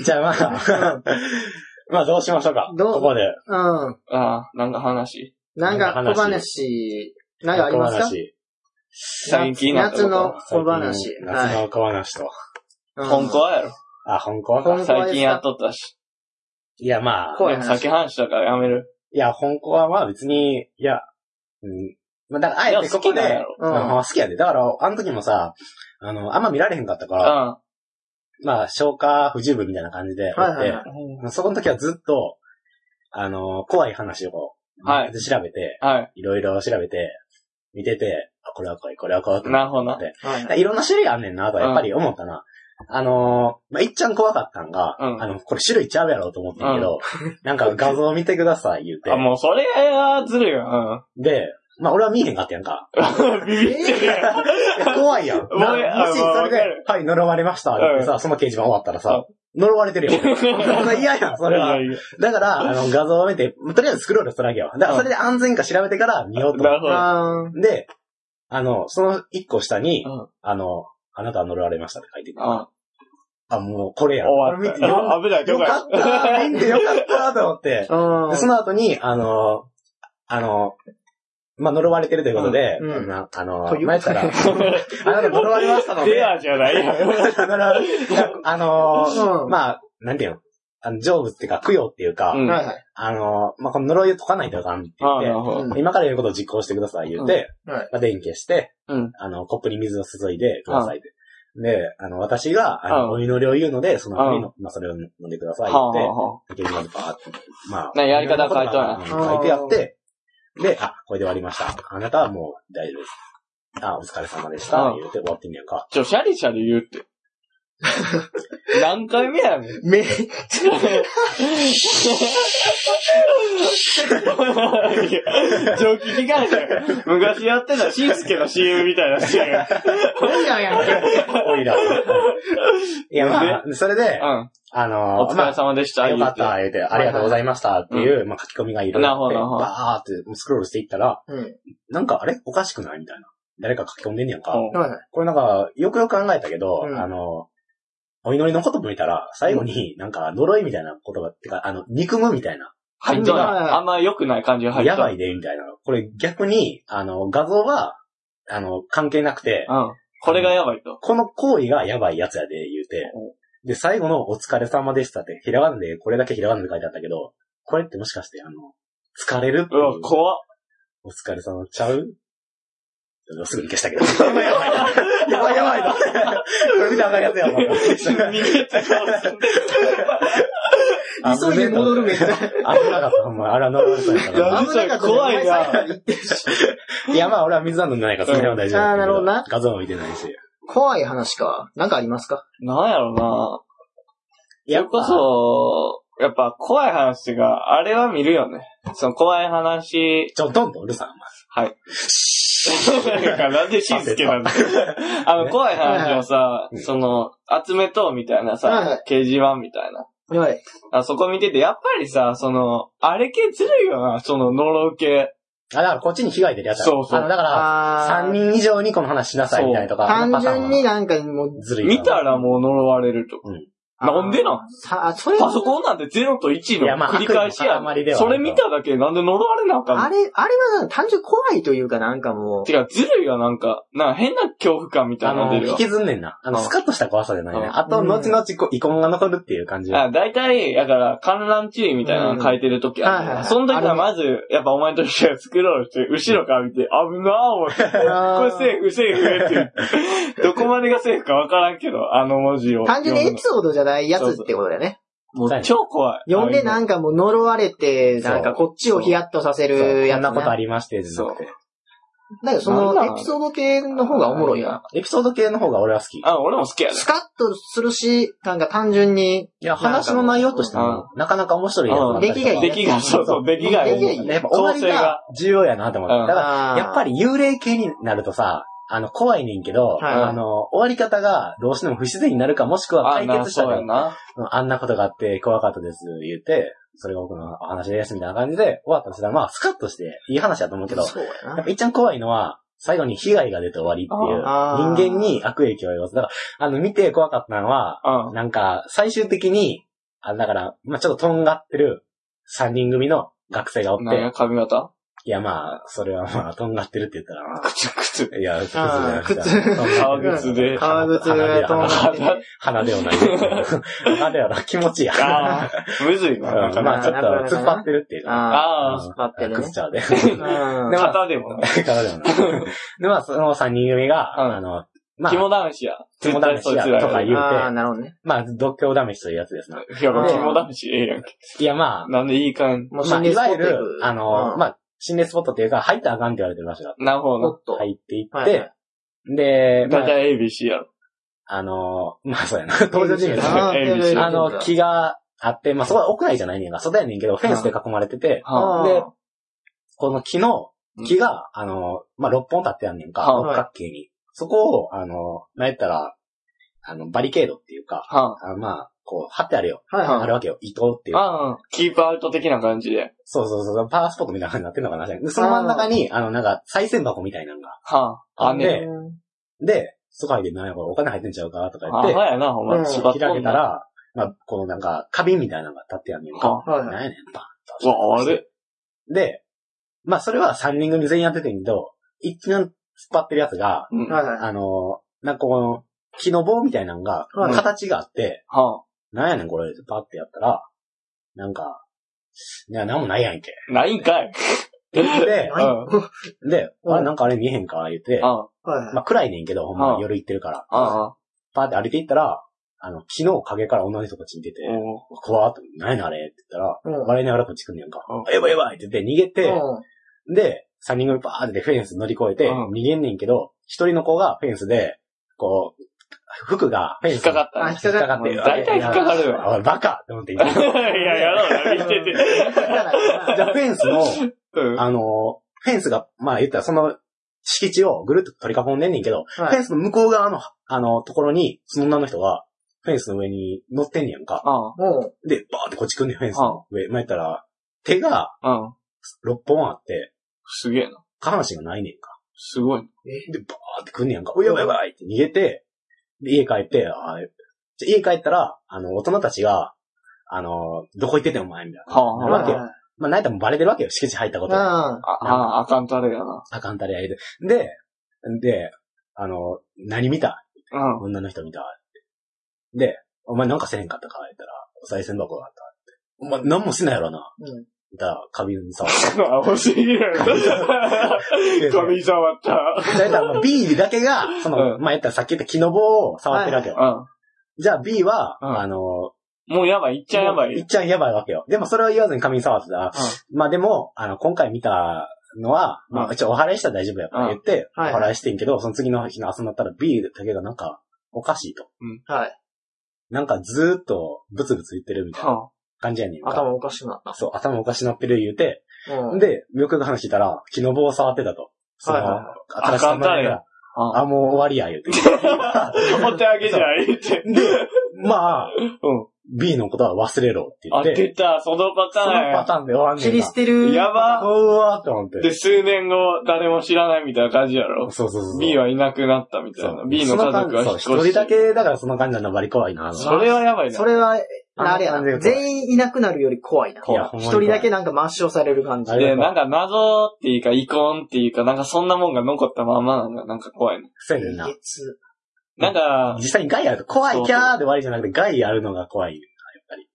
じゃあまあ、 まあどうしましょうか。
どう
ここで。
うん。うん。
ああ、なんか話。
なんか
なん
小
か
話、なんかあります
小
か
話
最近なったこ
夏
と
の小話
最。近
は
夏
い。
の小話と。
うん
本当はやろ。
あ、本校
本
か。
校
最近やっとったし。
いや、まあ、
怖い話
でも先話したからやめる。
いや、本校はまあ別に、いや、うん。まあ、だから、あえてここで、
いや好きなんやろ
うんまあ好きやで。だから、あの時もさ、あの、あんま見られへんかったか
う
ら、
ん。
まあ、消化不十分みたいな感じで、
はいはいは
でまあそこの時はずっと、あの、怖い話をこう、
はい
で調べて、
はい。
いろいろ調べて、見てて、あ、これは怖い、これは怖いって
なるほどな。
はい
いろんな種類あんねんな、とはやっぱり思ったな。あのー、まあ、いっちゃん怖かったんが、
うん
あの、これ種類ちゃうやろうと思ってんけど、なんか画像見てください、言うて
あ、。もうそれはずるいよ。
で、まあ、俺は見えへんかったやんか。
うん。ビビってる やん。
いや怖いやん。
う
な
あ
もし
もう
それで
わかる、
はい、呪われました、ってさ、その掲示板終わったらさ、呪われてるよ。そんな嫌やん、それは。
いやいや
だから、あの、画像を見て、とりあえずスクロールするわけよ。だから、それで安全か調べてから見ようと
な
思
るほど。
あー
う。で、あの、その一個下に
うん、
あの、あなたは呪われましたって書いてくる。
あ
あ、もう、これや。
終わ
これ
っ
見て
た。
よ
あ危ない、
よか
か
った見てよかったと思って。
うん
でその後に、あの、あの、まあ、呪われてるということで、
うんうん
なあの
とい、う
前やったら、あ なた呪われましたので、
レアじゃないやん。
だから、いやあのー
うん
まあ、なんていうのあの、成仏っていうか、供養っていうか、
うん
はいはい。
あの、まあ、この呪いを解かないとあかんって言
あ
っ
あ、
て
な、るほど。
うん
今から言うことを実行してください、言って、
うんはい
まあ、電気消して、
うん
あの、コップに水を注いでくださいって。で、あの、私が、あ
うん
の、お祈りを言うので、その
うん
紙の、まあ、それを飲んでください
はあ、
って
は、あ、は
でまずバーって、まあ、
ねやり方書いとるな
うん書いてやって、で、あ、これで終わりました。あなたはもう大丈夫です。あ、お疲れ様でした
う。ん
言うて終わってみようか。
あ。ちょ、シャリシャリ言う って。何回目やねん。
め、
上気機関車。昔やってた、しんすけの CM みたいな CM。
こんなんや んけ。
おいら。 いや、まあ、それで、
うん。
あの
お
ー、
疲
ま
れ
あ
様でした、
よ
言
か
う。
ってた、言うて、ありがとうございましたっていう、まあ、書き込みがいろいろあ
なる
って
ほどなる
バーってもうスクロールしていったら、
うん。
なんか、あれおかしくないみたいな。誰か書き込んでんねやんか。
うん
はいはい。
これなんか、よくよく考えたけど、
うん
あの、お祈りのこと向いたら、最後になんか呪いみたいな言葉ってか、あの、憎むみたいな。
入っとん
はいはい
やあんま良くない感じが入っと
や
ん
ばいで、みたいな。これ逆に、あの、画像は、あの、関係なくて、
うん。これがやばいと。
この行為がやばいやつやで、言うて。で、最後のお疲れ様でしたって、ひらがなで、これだけひらがなで書いてあったけど、これってもしかして、あの、疲れるって
う
いう
わ、怖っ。
お疲れ様ちゃうすぐに消したけど。やばいやばいな。やばいやばいな。これ見たらあかんやつや
逃
な。
げてます。
急いで戻るめっちゃ。
危なかった、ほんま。あれは呪われたんやか
や
ら。
危なかった。
怖いな
お前最後に言ってるし
いや、まあ俺は水なんないから、それは大丈夫。
あーなるほどな。
画像も見てないし。
怖い話か。なんかありますか
なんやろな。
いや
それこそ、やっぱ怖い話が、あれは見るよね。その怖い話、
ちょ、どんどんうるさい、
はい。なんかなんでしんすけなんだあの、
ね
怖い話をさ
いは、い
その、集めとうみたいな
はいは
さ
い、
掲示板みたいな。
はい。
あそこ見てて、やっぱりさ、その、あれ系ずるいよな、その、呪う系。
お前あ、だからこっちに被害出るやつや
そうそう
あの、だから、
あ
3人以上にこの話しなさいみたいなとか。
単純に
パ
なんか
タ
も
ーン
う、
はずるいな。
見たらもう呪われると。なんでなん
さあ、それ、
パソコンなんて0と1
いや
の
まあ
繰り返し
悪意の
やん。
塊ではあ
そ
る
れ見ただけでなんで呪われなあかんの
あれ、あれはなんか単純に怖いというかなんかもう、
てか、ずるいがなんか、なんか変な恐怖感みた
あ
いなの
の、
出る
引
わ。
きずんねんな。あの、
うん
スカッとした怖さじゃないね
う。ん
あと、
うん
後々こう、遺恨が残るっていう感じ。
あ大体、だから、観覧注意みたいなの書いてる時ある
うんはいはいは
よ
い
その時はまず、やっぱお前と一緒にスクロールして、後ろから見て、危なぁ思って、 これセーフ、セーフって言って、どこまでがセーフかわからんけど、あの文字を。
単純にエピ
読
ソードじゃないやつってことだよね。
むのもう超怖い。
読んでなんかもう呪われて、
そう
なんかこっちをヒヤッとさせ
そう
るや
こん
つね。
なことありまして、じゃなくて
だけどそ
なんな
の
ん
エピソード系の方がおもろいな。
エピソード系の方が俺は好き。い
あ、俺も好きやね。
スカッとするし、なんか単純に、
や、話の内容としても、なかなか面白いやつだったりと
うん
か。
出来が、そうそう、出来がいい。
出来がいい
やっぱ終わりが重要やなと思って。だから、
あー
やっぱり幽霊系になるとさ、あの、怖いねんけど、
はい
あの、終わり方がどうしても不自然になるか、もしくは
あ、
解
な、
決した
そう
ら
や、な。
うんあんなことがあって怖かったです、言って、それが僕のお話です、みたいな感じで終わったとしたら、まあ、スカッとしていい話だと思うけど、
そうや
やっ
な。
ぱ一番怖いのは、最後に被害が出て終わりっていう、
あー
人間に悪影響を及ぼす。だから、あの、見て怖かったのは、
うん。
なんか、最終的に、あだから、まあちょっととんがってる三人組の学生がおっ
なん
て
や、、髪型
いやまあ、それはまあ、とんがってるって言ったらま
くつくつ。
あ、いや、靴じ
あー
ゃない
革靴で
革靴でとんがってる。
鼻ではない。鼻ではない。気持ちいいや。
ああ、むずい
うん
な。なんか
まあちょっと、突っ張ってるっていうか。
あ
ああ、
うん
突っ張ってるね
靴ちゃうで。
あ。うん
でも
肩でもない。
からではない。で、まあ、その三人組が、
うん
あの、まあ、
肝試しや。
肝試しや
絶対そいつら
とか言うて
ああ、なるほどね。
まあ、度胸試しというやつですな。
いや、もう肝試しええやんけ。
いや、まあ、
なんでいい感じ。
も
ま
う心
あ、
霊
い
スポ
わ
ッ
ゆ
ト行
る
く、
あの、ま
あ、
あ、心霊スポットっていうか、入ったらあかんって言われてる場所が
なるほ
お
ど
っと。
入っていっ
はいは
て、で
な。、
ま
だ
あ
い、たい ABC やろ。
あの、まあ、そうやな。登場人物。
あー
あの、木があって、まあ、そこは屋内じゃないねんが、外やねんけど、フェンスで囲まれてて、
は
あー
で、この木の
うん、
木が、あの、まあ、6本立ってやんねんか、
はい
六角形に。そこを、あの、なんやったら、あの、バリケードっていうか、
あは
あまあ、こう、貼ってあるよ。
はい
ある
は
わけよ。糸っていう
あ。ああ、キープアウト的な感じで。
そうそうそうそう、パワースポットみたいな感じになってんのかな知らんけどでその真ん中に、あの、なんか、再銭箱みたいなのが。
はあ。あ
あん
い。
ね。
でで、そこ入って、なんやこれお金入ってんちゃうかとか
あ
言って、
はやな、ほんま。
うん
縛っ
開
と
け
んな。
たら、まあ、このなんか、花瓶みたいなのが立ってやんねんか。
は
はい
なん
はい。
やねん、パ
あ。うわ、あれ
ン。で、まあ、それは3人組全員やっててんけど、一番突っ張ってるやつが、
うん。は
はいはい。
あの、なんかこの、木の棒みたいなのが
は、い
形があって、
あ。
なんやねんこれってパってやったら、なんか、いや、なんもないやんけ。
ないんかい。
って言って
ない
うん
で、
うん
あれなんかあれ見えへんか言って、
あ
はいはい。
まあ暗いねんけど、ほんま
うん
に夜行ってるから、
あ、あ
パーって歩いて行ったら、あの、昨日影から同じとこっちに出て、
お
怖っと、何やねんあれって言ったら、
うん
笑いながらこっち来んねやんか
う。
やばいやばいって言って逃げて、
うん
で、三人組バーってフェンス乗り越えて、
うん
逃げんねんけど、一人の子がフェンスで、こう、服がフェン
引っ
スに
かかっ
あ、
た
引
ね
っ。かかっ
って
もう大体引っかかるよ。
あ俺バカって思って言って
いや、やろうな、見 てて。
た。
じゃあフェンスの、
うん。
あの、フェンスが、まあ言ったらその敷地をぐるっと取り囲んでんねんけど、
はい
フェンスの向こう側の、あの、ところに、その女の人が、フェンスの上に乗ってんねやんか。
あ
も
で、バーってこっち来んねん、フェンスの上。まあ言ったら、手が
あ、うん。
6本あって、
すげえな。
下半身がないねんか。
すごい。
で、バーって来んねやんか。おいやばいやばいって逃げて、で、家帰って、あーじゃあ家帰ったら、あの、大人たちが、あの、どこ行っててお前みたいな。
はあ、
う、
は
わけ
あ。
よまあ、ないともバレてるわけよ、敷地入ったこと。あ
あ
あ、ああ、あかんとあれやな。
かんたりあれで。で、で、あの、何見た
うん。
女の人見たってで、お前なんかせへんかったか言ったら、お賽銭箱があったって。お前なんもしないやろな。
うん
言ったら、花瓶に 触っ
あ、欲しい よ。
て。
飛び触った。
じゃあ、言ったら、B だけが、その、
う
まあ、言ったらさっき言った木の棒を触ってるわけよ。
う
じゃあ B は、
うん
あ
ん。
の、
もうやばい、いっちゃやばい。
いっちゃやばいわけよ。でもそれを言わずに髪触ってたら、まあでも、あの、今回見たのは、ま
う
あ、ちょ、お払いしたら大丈夫やから言って、
うんはい
お払いしてんけど、その次の日の朝になったら B だけがなんか、おかしいと。
あ、はい。
なんかずーっと、ブツブツ言ってるみたいな
は
感じやねんか。
頭おかしくなった。
そう、頭おかしなってる言うて、
うん。
で、よく話聞いたら、木の棒を触ってたと。その、
はいはい
新しい名
あか
前が
んたれや
あ、もう終わりや、言 うて。
あ。お手上げじゃないって。
で、まあ、
うん。
B のことは忘れろって言
あ、
って、
出た、そのパタ
その
ーン
パ
や。
ターンで終わんねん
切り
な
捨てる。
やば
うわーって思って。
で、数年後、誰も知らないみたいな感じやろ。
そうそうそうそう。
B はいなくなったみたい
そ
な。
う
B の家族は引っ越し
そう一人だ。け、だからその感じなのバリ怖いな。あの
それはやばいな。
それは、あれや
あれ
な。全員いなくなるより怖いな。
怖い
一人だけなんか抹消される感じ
あ。れ
で、なんか謎っていうか、遺恨っていうか、なんかそんなもんが残ったまんまなんだ。なんか怖いね。
そうやねんな
え。げつ
なんか、
実際に害あると怖
そ
い、
う
キャーで終わりじゃなくて害やるのが怖い。やっぱり。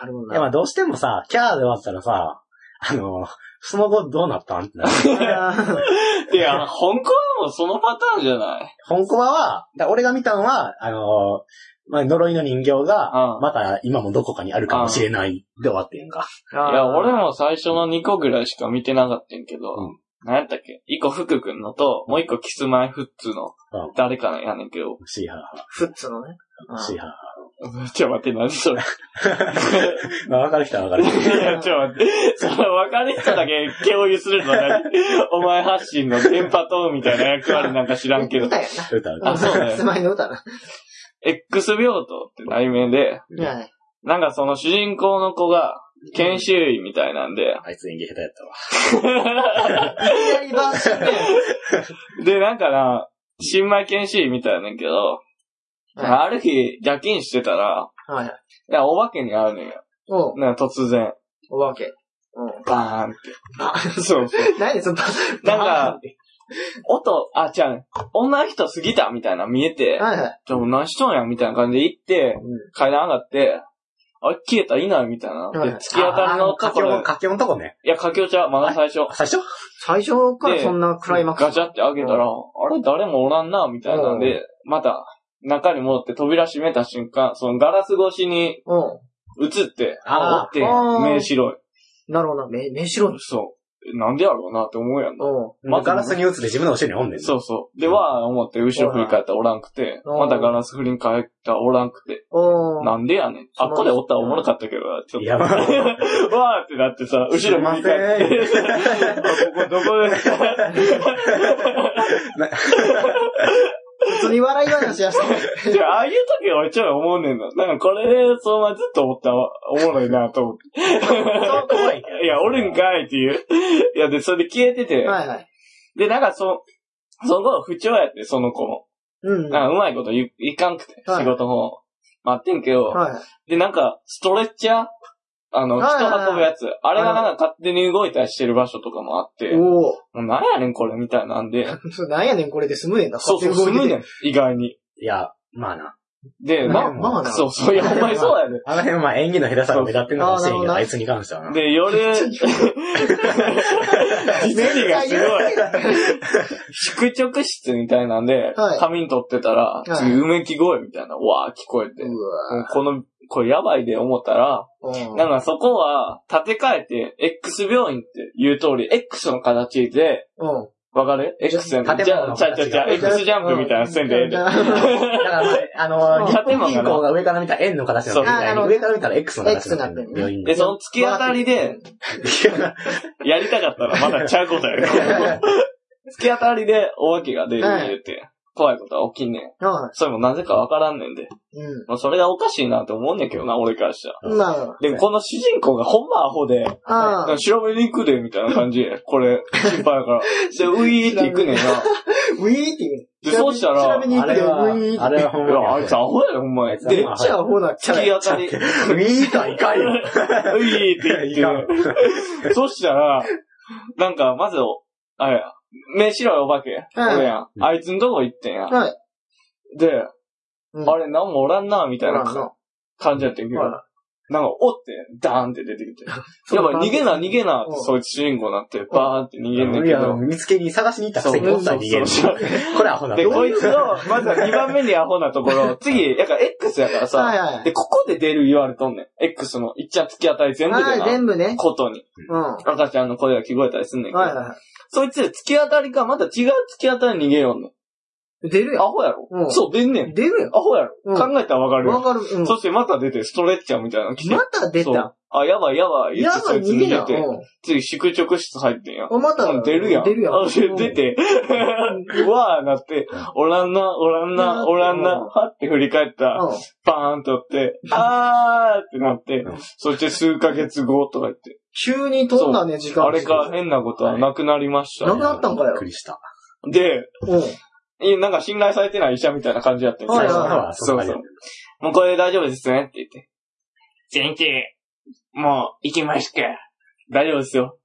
なるほど
いや、ま
な。
あどうしてもさ、キャーで終わったらさ、あの、その後どうなったんってなる。
いや、本校はもうそのパターンじゃない。
本コマは、だから俺が見たのは、あの、まあ呪いの人形
う
が
ん、
また今もどこかにあるかもしれないで終わってんか。
いや、俺
も。
も最初の2個ぐらいしか見てなかったんやけど、
う
なんやったっけ ?1 個福くんのと、もう1個キスマイフッツの
うん、
誰かなんやねんけど、
シーハーハ
フッツのね。
ー、シーハー
ちょ、待って、何 それ。
ハー。まあわかる人はわかる。
いや、ちょ、待って。その、分かる人だけ共有するの 何お前発信の電波塔みたいな役割なんか知らんけど。
歌や
歌う
な。
あそうね
つまりの歌な。
X 病棟って題名で、
はい。
なんかその主人公の子が、研修医みたいなんで、
あいつ演技下手やったわ。
左バージョン
で、なんかな、新米研修医みたいなんやけど、
は
ある日、夜勤してたら、
いはい。
いや、お化けに会うのよ。
おう、
なんか突然、
お 化け。うん。
バーンって。そうそう。
何でその、
なんか、音、あ、違うね、女の人過ぎたみたいなの見えて、
はいはい。
でも何しとんやみたいな感じで行って、
う
階段上がって、あ、消えたいないみたいな。で
はい
突き当たりのところ
あーもう、かけもんとこね。
いや、かけおちゃうまだ最初。
最初
最初からそんなクライマックス。
ガチャって開けたら、あれ誰もおらんな、みたいなんで、また、中に戻って扉閉めた瞬間、そのガラス越しに
う
映って、
あ
おってん
あ、ー
目白い。
ん。なるほどな。め、目白い。
そう。なんでやろうなって思うやんな。
うん。
まあ、ガラスに打つで自分の後ろにおんねん。
そうそう。で、わー思って、後ろ振り返ったらおらんくて、
うん
またガラス振りに返ったらおらんくて、
うん。
なんでやねん。あっこでおったらおもろかったけどな、ちょっ
い
と。
や、ま あ、
わーってなってさ、後ろ向い返って。
す
あこ こどこですか
普通に笑い話やして る。
じゃあ、ああいう時はちょい思うねんな。なんかこれ、そのままずっと思ったわ。おもろいなと思って。
怖い。
いや、おるんかいっていう。いや、で、それで消えてて。
はいはい。
で、なんかそ、その後、不調やって、その子も。
うん。
なんかうまいこと言ういかんくて、
はい
仕事の方。待ってんけど。
はい。
で、なんか、ストレッチャーあの、
はいはいはい
人運ぶやつ。あれがなんか勝手に動いたりしてる場所とかもあって。も
おお。
うなんやねん、これ、 みたいなんで。
そうなんやねん、これで済むねんな。
そうそう、すむね
ん。
ん。意外に。
いや、まあな。
で、
ま
な
あ
まあな。
そうそう、いや、ほんまにそうやね。
あの辺はまあ演技の下手さが目立ってるのかもしれんけど、
そうあーなるほど
あいつに関してはな。
で、 夜、実技がすごい。宿直室みたいなんで、
はい
仮眠取ってたら、
い
次、うめき声みたいな、わー聞こえて。も
う
うこの、これやばいで思ったら、
わぁ。
なんかそこは、建て替えて、X 病院って言う通り、X の形で、
うん。
わかる ?X じゃん。
建
じ
物
ゃ
の
あ、ちゃうちゃうちゃう、
形が
X ジャンプみたいな線で ええで。
だからまあ、あの、
うん
日本銀行が上から見たら円の形なのみ
そう
たいに、
あー
上から見たら X の形になってる。
X
病院
で、
で。
その突き当たりで、 やりたかったらまだちゃうことや けど。突き当たりでお化けが出る言うて、怖いことは起きんねん。
は
それもなぜかわからんねんで。
い。う
もうそれがおかしいなって思うねんけどな、俺からしたら。
ん。まあ、
でもこの主人公がほんまアホで、
ああ、
調べに行くで、みたいな感じで、これ、心配や から。で、ウィーって行くねん な。
ウィーって言う。
で、そうしたら、
調べ
い
に行
あ
く
れ
で、ウ
は、
ィーって。
あれはほん
や、
ま
あい
に
つ。アホやで、ほんまに。で、 突
あ
めっちゃアホなキャ
き
ラ。
当たり、ウィー
ウィーとはいかんよ。
って
い
行って
か、ん。
そしたら、なんか、まず、あれ、目白いお化け、
はい
俺やん。あいつんとこ行ってんや。
はい
で、
うん
あれ、なんもおらんな、みたいなか
な。
感じやってんけど、
は
なんか、おって、ダーンって出てきて。
そう
やばい、逃げな、逃げなっ
う
て、
ん
そいつ主人公になって、バーンって逃げんねん
い
け
や
ど。
見つけに探しに行ったくせに
そう
おったら逃げる
そう。
これアホだ
で、こいつの、まずは2番目にアホなところ、次、やっぱ X やから
は
さ、
いはい。
で、ここで出る言われとんねん。X の、いっちゃ突き当たり全部で
はい、
な、
全部ね。
ことに。
うん。は
赤ちゃんの声が聞こえたりすんねん
い
けど。
は
そいつ、突き当たりか、また違う突き当たりに逃げようね
い。出る
ん。ア
よ。
ホやろ、
うん
そう、出んねん。
出るよ。
アホやろ、
うん
考えたらわかる
わ
よ、
かる。うん。
そしてまた出て、ストレッチャーみたいなの着て。
また出
そ
た
う。あ、やばいやばい。言
や
って
ばい、
そ
逃
いつ
げ
逃
な。
げて、
うん。
次、宿直室入ってんや。
おまた
うん出るやん。
出るやん。
あで出て、 うわーなって、おらんな、おらんな、おらんな、
うん
はって振り返ったら、
う
バーンとって、あーってなって
うん、
そして数ヶ月後とか言って、
急に飛んだね、時間。
あれから変なことはなくなりました。
なくなったんかよ
びっくりした。
で、
うん。
いなんか信頼されてない医者みたいな感じやったん
はい
最
は
初
い
の
はい
方はそ
そ
ん
う
な感
そ
じ
う。もうこれで大丈夫ですねって言って。先生、もう行きました。大丈夫ですよ。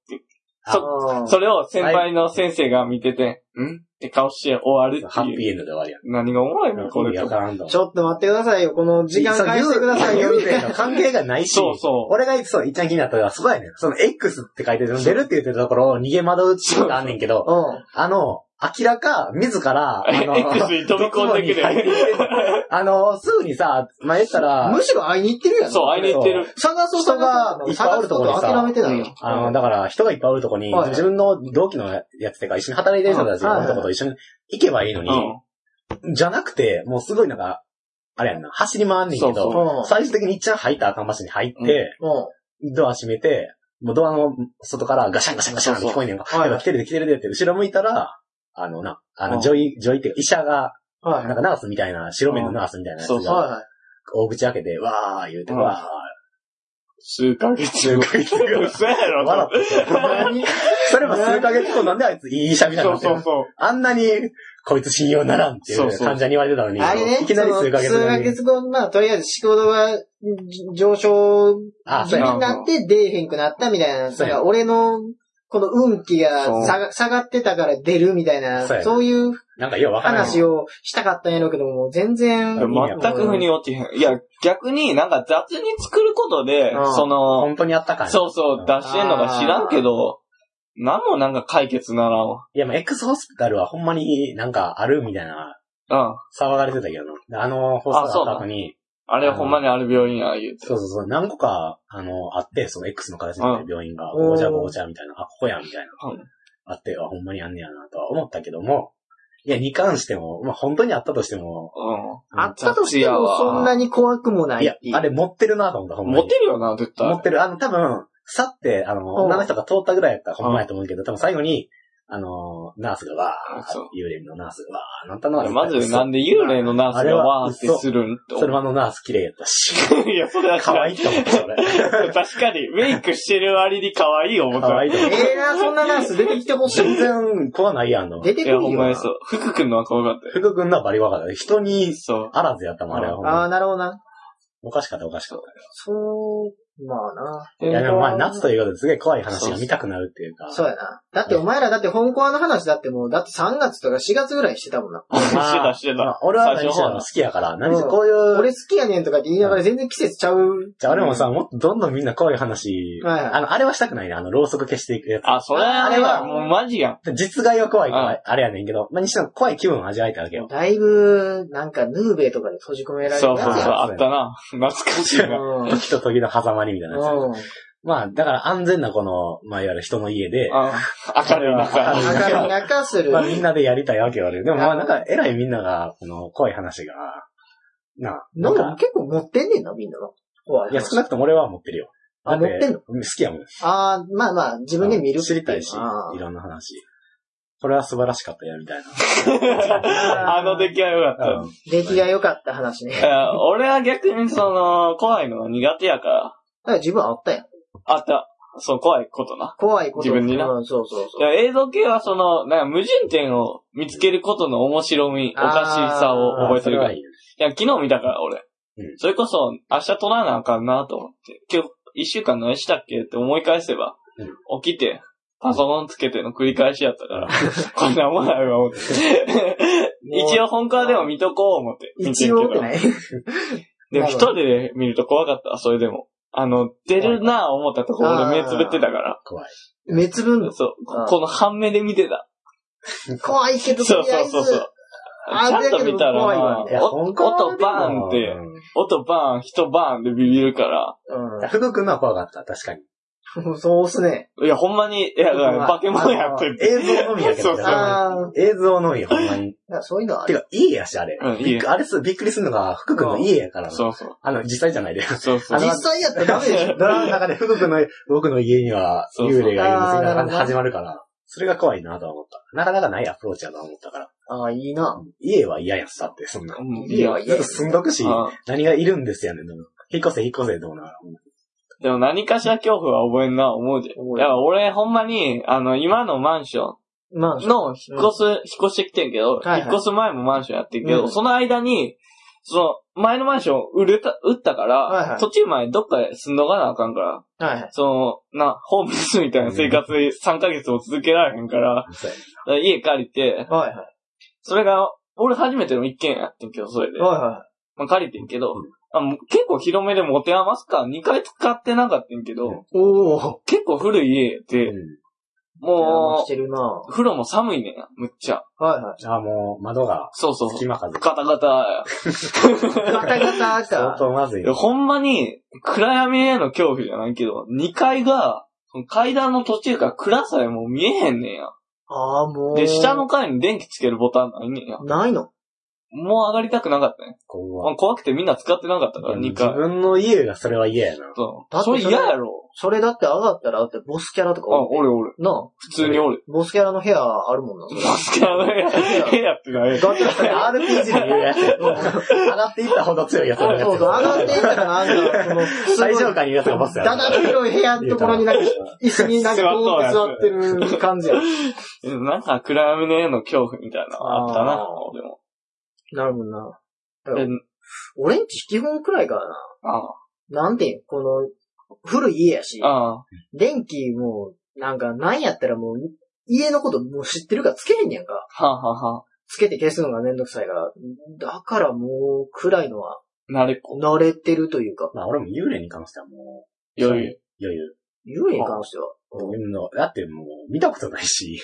そ
それを先輩の先生が見てて、んって顔して終わる
ハ
って
ッ
いう。
ピーエンドで終わりや
何がおもろい
ん。
のこれ
意味
と
わからんと思う
ちょっと待ってくださいよ。この時間返してくださいよ。
そう
みたい
幽霊の
な。
関係がないし、
そうそう。
俺がいつそう、一番気になったのは、そこやねん。その X って書いてる、出るって言ってるところを逃げ惑うっていうのがあんねんけど、
うん。
あの、明らか、自ら、あの、
X に飛び込んでく
毒に入って
る。
きて あの、すぐにさ、まあ、言ったら
む、しろ会いに行ってるやん。
そう、会いに行ってる。
探そう
人がいっぱいおるとこにさ
諦めてないよ。
あの、だから、人がいっぱいおるとこに、
はい
自分の同期のやつとか、一緒に働いてる人たちがおるとこと一緒に行けばいいの
う
に、じゃなくて、もうすごいなんか、あれやんな、走り回んねんけ
そう
ど、
うん。うん。
最終的にいっちゃん入った赤ん橋に入って、ドア閉めて、もうドアの外からガシャンガシャンガシャンって聞こえんねんか。
そうそう
やばい来てるで来てるでって、後ろ向いたら、あのな、あ
うん
の、女医、女医っていうか医者が、
はい。
なんかナースみたいな、白目のナースみたいなやつ
うんそう
が、
はいはい。
大口開けて、わー言うて、
うん
わ
数ヶ月後。
数ヶ月後
嘘や
ー、
ろ、
笑ってた。それも数ヶ月後なんであいついい医者みたいに
そう
なって
そ
る
うそう。
あんなに、こいつ信用ならんっていう
そうそう
患者に言われてたのに、
あれね、
いきなり数ヶ月
その数
後
ヶ
に。
月後、まあ、とりあえず仕事が上昇
あ、
気
そう
味
や
になって出えへんくなったみたいな。だ
そう
か
や
ら俺の、この運気が下が下がってたから出るみたいな、
そう
そう
や
いう
なんかようわからん。
話をしたかったんやろうけども、全然。
でも全く腑に落ちへん。いや、逆になんか雑に作ることで
う、ん
その、
本当にあったかい。
そうそう、出してんのか知らんけど、なんもなんか解決ならんわ。
いや、まあ X ホスピタルはほんまになんかあるみたいな、
うん。
騒がれてたけどな。あの、放送だった後に、
あれほんまにある病院や、言うて。
そうそうそう、何個か、あの、あって、その X の形になってる病院が、
うん
ごちゃごちゃみたいな、あ、ここや、みたいな
うん、
あって、あ、ほんまにあんねやな、とは思ったけども、いや、に関しても、まあ、本当にあったとしても、
う
あったとしてもそんなに怖くもないい
や
ってい、う。
あれ持ってるなと思った、ほん
ん。
ま
モ
に
テ。るよな、絶対。
持ってる。あの、多分、去って、あ
ん
の、女の人が通ったぐらいやったらほんまやと思うけど、多分最後に、あの、ナースがわー
そう、
幽霊のナースがわー、なったのは、
まずなんで幽霊のナースがわーってするんと。
車のナース綺麗やったし、
いや、それは知
可
らん
愛いと思った、それ。
確かに、メイクしてる割に可愛い思った。
可愛いと思っ
え
た。
えな、そんなナース出てきてほしい。
全然怖ないやんの。
出て
い
くる
や、ほ
よ
んまにそう。福君のは可愛かったよ。
福君のはバリバカだ。人に
そう。
あらずやったもん、あれはほん
あ
ま
あ、なるほどな。
に。おかしかった、おかしかっ
そうまあな。
いやでもまあ夏と
い
いうことですげえ怖い話が見たくなるっていうか。
そうやな。だってお前らだって香港の話だってもう、だって3月とか4月ぐらいしてたもんな。
うしてたして
ま
た。
あ俺は
最
何
初
しろ
の
好
方
きやから、何
ん
しろこういう、
俺好きやねんとかって言いながら全然季節ちゃう。
じゃあ俺もさ、もっとどんどんみんな怖い話、
はいはい
あの、あれはしたくないね、あの、ろうそく消していくやつ。
あ、それは
あれは
もうマジやん。
実害は怖いか
う
ら、あれやねんけど、まあ、にしても怖い気分を味わえたわけよ。
だいぶ、なんかヌーベイとかで閉じ込められる
そうそうそう、
やつや
あったな。懐かしいな。
うん。
時と時の狭間にみたいなやつ。
うん。
まあ、だから安全なこの、まあ、いわゆる人の家で、
あ明るい中。
明るい中する。
まあ、みんなでやりたいわけよ、俺。でもまあ、なんか、偉いみんなが、この、怖い話が、なあ、
なん
なん
か
か、
結構持ってんねんな、みんなの。怖
いや、少なくとも俺は持ってるよ。
あ
だて
持ってんの
好きやもん。
ああ、まあまあ、自分で見るって
知
う
りたいし、
あー
いろんな話。これは素晴らしかったよ、みたい
あの出来は良か
な。
っ
うん
出来が良かった話ね。
た。いや俺は逆にその、怖いのが苦手やから。
だから自分あったやん。
あった。そう、怖いことな。
怖いこと。
自分にな
うんそうそう
い
そう。
や映像系はその、なんか矛盾点を見つけることの面白み、おかしさを覚えてるから。
あそれはい
い
いよ
や、昨日見たから、俺。
うん
それこそ、明日撮らなあかんなと思って。今日、一週間何したっけって思い返せば、起きて、パソコンつけての繰り返しやったから、 こんなもんないわ、思って。一応、本科でも見とこう、思って。見て
一
んけ
応
ど
ってない。
でも
な
一
る
人
ほ
で見ると怖かった、それでも。あの、出るなぁ思ったところで目つぶってたから。
怖い。
目つぶんの。
そう。
あ
ここ
ー
の半目で見てた。
怖いけど、
そ
と
う
り
そ
あえ
う
ず。
そうそう。
あ
ちゃんと見たら
怖いわ
な、
ね
いや
お
本当は
音バーンって、音バーン、人バーンでビビるから。
うん。福君のは怖かった、確かに。
うん。そうっすね。
いや、ほんまに、いや、だから化け物やってる。
映像のみやけ
そうそ
ど
う
ね。
ああ、だ
映像のみ、ほんまに。
からそういうのはあ
て
る。
か、家やし、あれ。
うん家
びっくあれす、びっくりするのが、福君の家やからな。
そうそう。
あの、実際じゃないで。
そうそう
あ。の
実際やったらダメでしょ。
ドラマの中で福君の、僕の家には
そうそう
幽霊がいるんですみたいな感じで
あーなるほど
始まるから、それが怖いなとは思った。なかなかないアプローチやとは思ったから。
ああ、いいな。
家は嫌やんさって、そんな。
うんい
家
や
は、
ずっと住んどくし、
あ
何がいるんですやねん。でも引っ越せ引っ越せどうな。
でも何かしら恐怖は覚えんな、思うで。だ
覚える
から俺、ほんまに、あの、今のマンション、
まあ、
の引っ越す、引っ越してきてんけど、
いはい
引っ越す前もマンションやってんけど、
うん
その間に、その、前のマンション売れた、売ったから、
はいはい
途中前どっかで住んどかなあかんから、
はいはい。
その、な、ホームレスみたいな生活で3ヶ月も続けられへんから、
そうや
だから家借りて、
はいは
それが、俺初めての一軒家やってんけど、それで
い。。はいは
まあ、借りてんけど
うん、
あもう結構広めで持て余すから2回使ってなかったんけど、
うん
い。おお。
結構古い家
ね
で、
う
邪魔
も
してるな
う、風呂も寒いねんや、むっちゃ。
はいはい。
ん。あ、もう、窓が、
そうそうそう。
隙間風。
ガタガタ や。
ガタガタ
相
だ。
当まずい
いや
よ。
ほんまに、暗闇への恐怖じゃないけど、2階が、その階段の途中から暗さえもう見えへんねんや。
ああ、もう。
で、下の階に電気つけるボタンないねんや。
ないの。
もう上がりたくなかったね。
こ
まあ怖くてみんな使ってなかった
う
から、2
は。自
階。
分の家がそれは嫌やな。
そう。
だっ
そ
てそれ
れ嫌やろ。
それだって上がったら、だってボスキャラとか
あ、俺俺。
なあ、
普通に俺。
ボスキャラの部屋あ るもんな。
バスケの部屋、部屋ってない。
ガチャそれ RPG で言うやつや。上 がっていったほど強いやつのやつや
そうそう、上がっていったら、あんた、その、すごい
最上階にいるやつがボスや
だだっ広い部屋のところになんか、椅子になんかこうやって座ってる感じや。
なんか暗闇の絵の恐怖みたいなのあったな
あ、ー
俺も。
なるもんな。
え、
俺んち基本くらいから
あ
な。なんていうんこの、古い家やし
ー、あ
電気も、なんか、なんやったらもう、家のこともう知ってるからつけへんねやんか。
ー、はあはあはあ
つけて消すのがめんどくさいから。だからもう、暗いのは、
慣れっこ。
慣れてるというか、
まあ俺も幽霊に関してはもう、
余裕。
余裕。
幽霊に関しては。
俺の、だってもう見たことないし、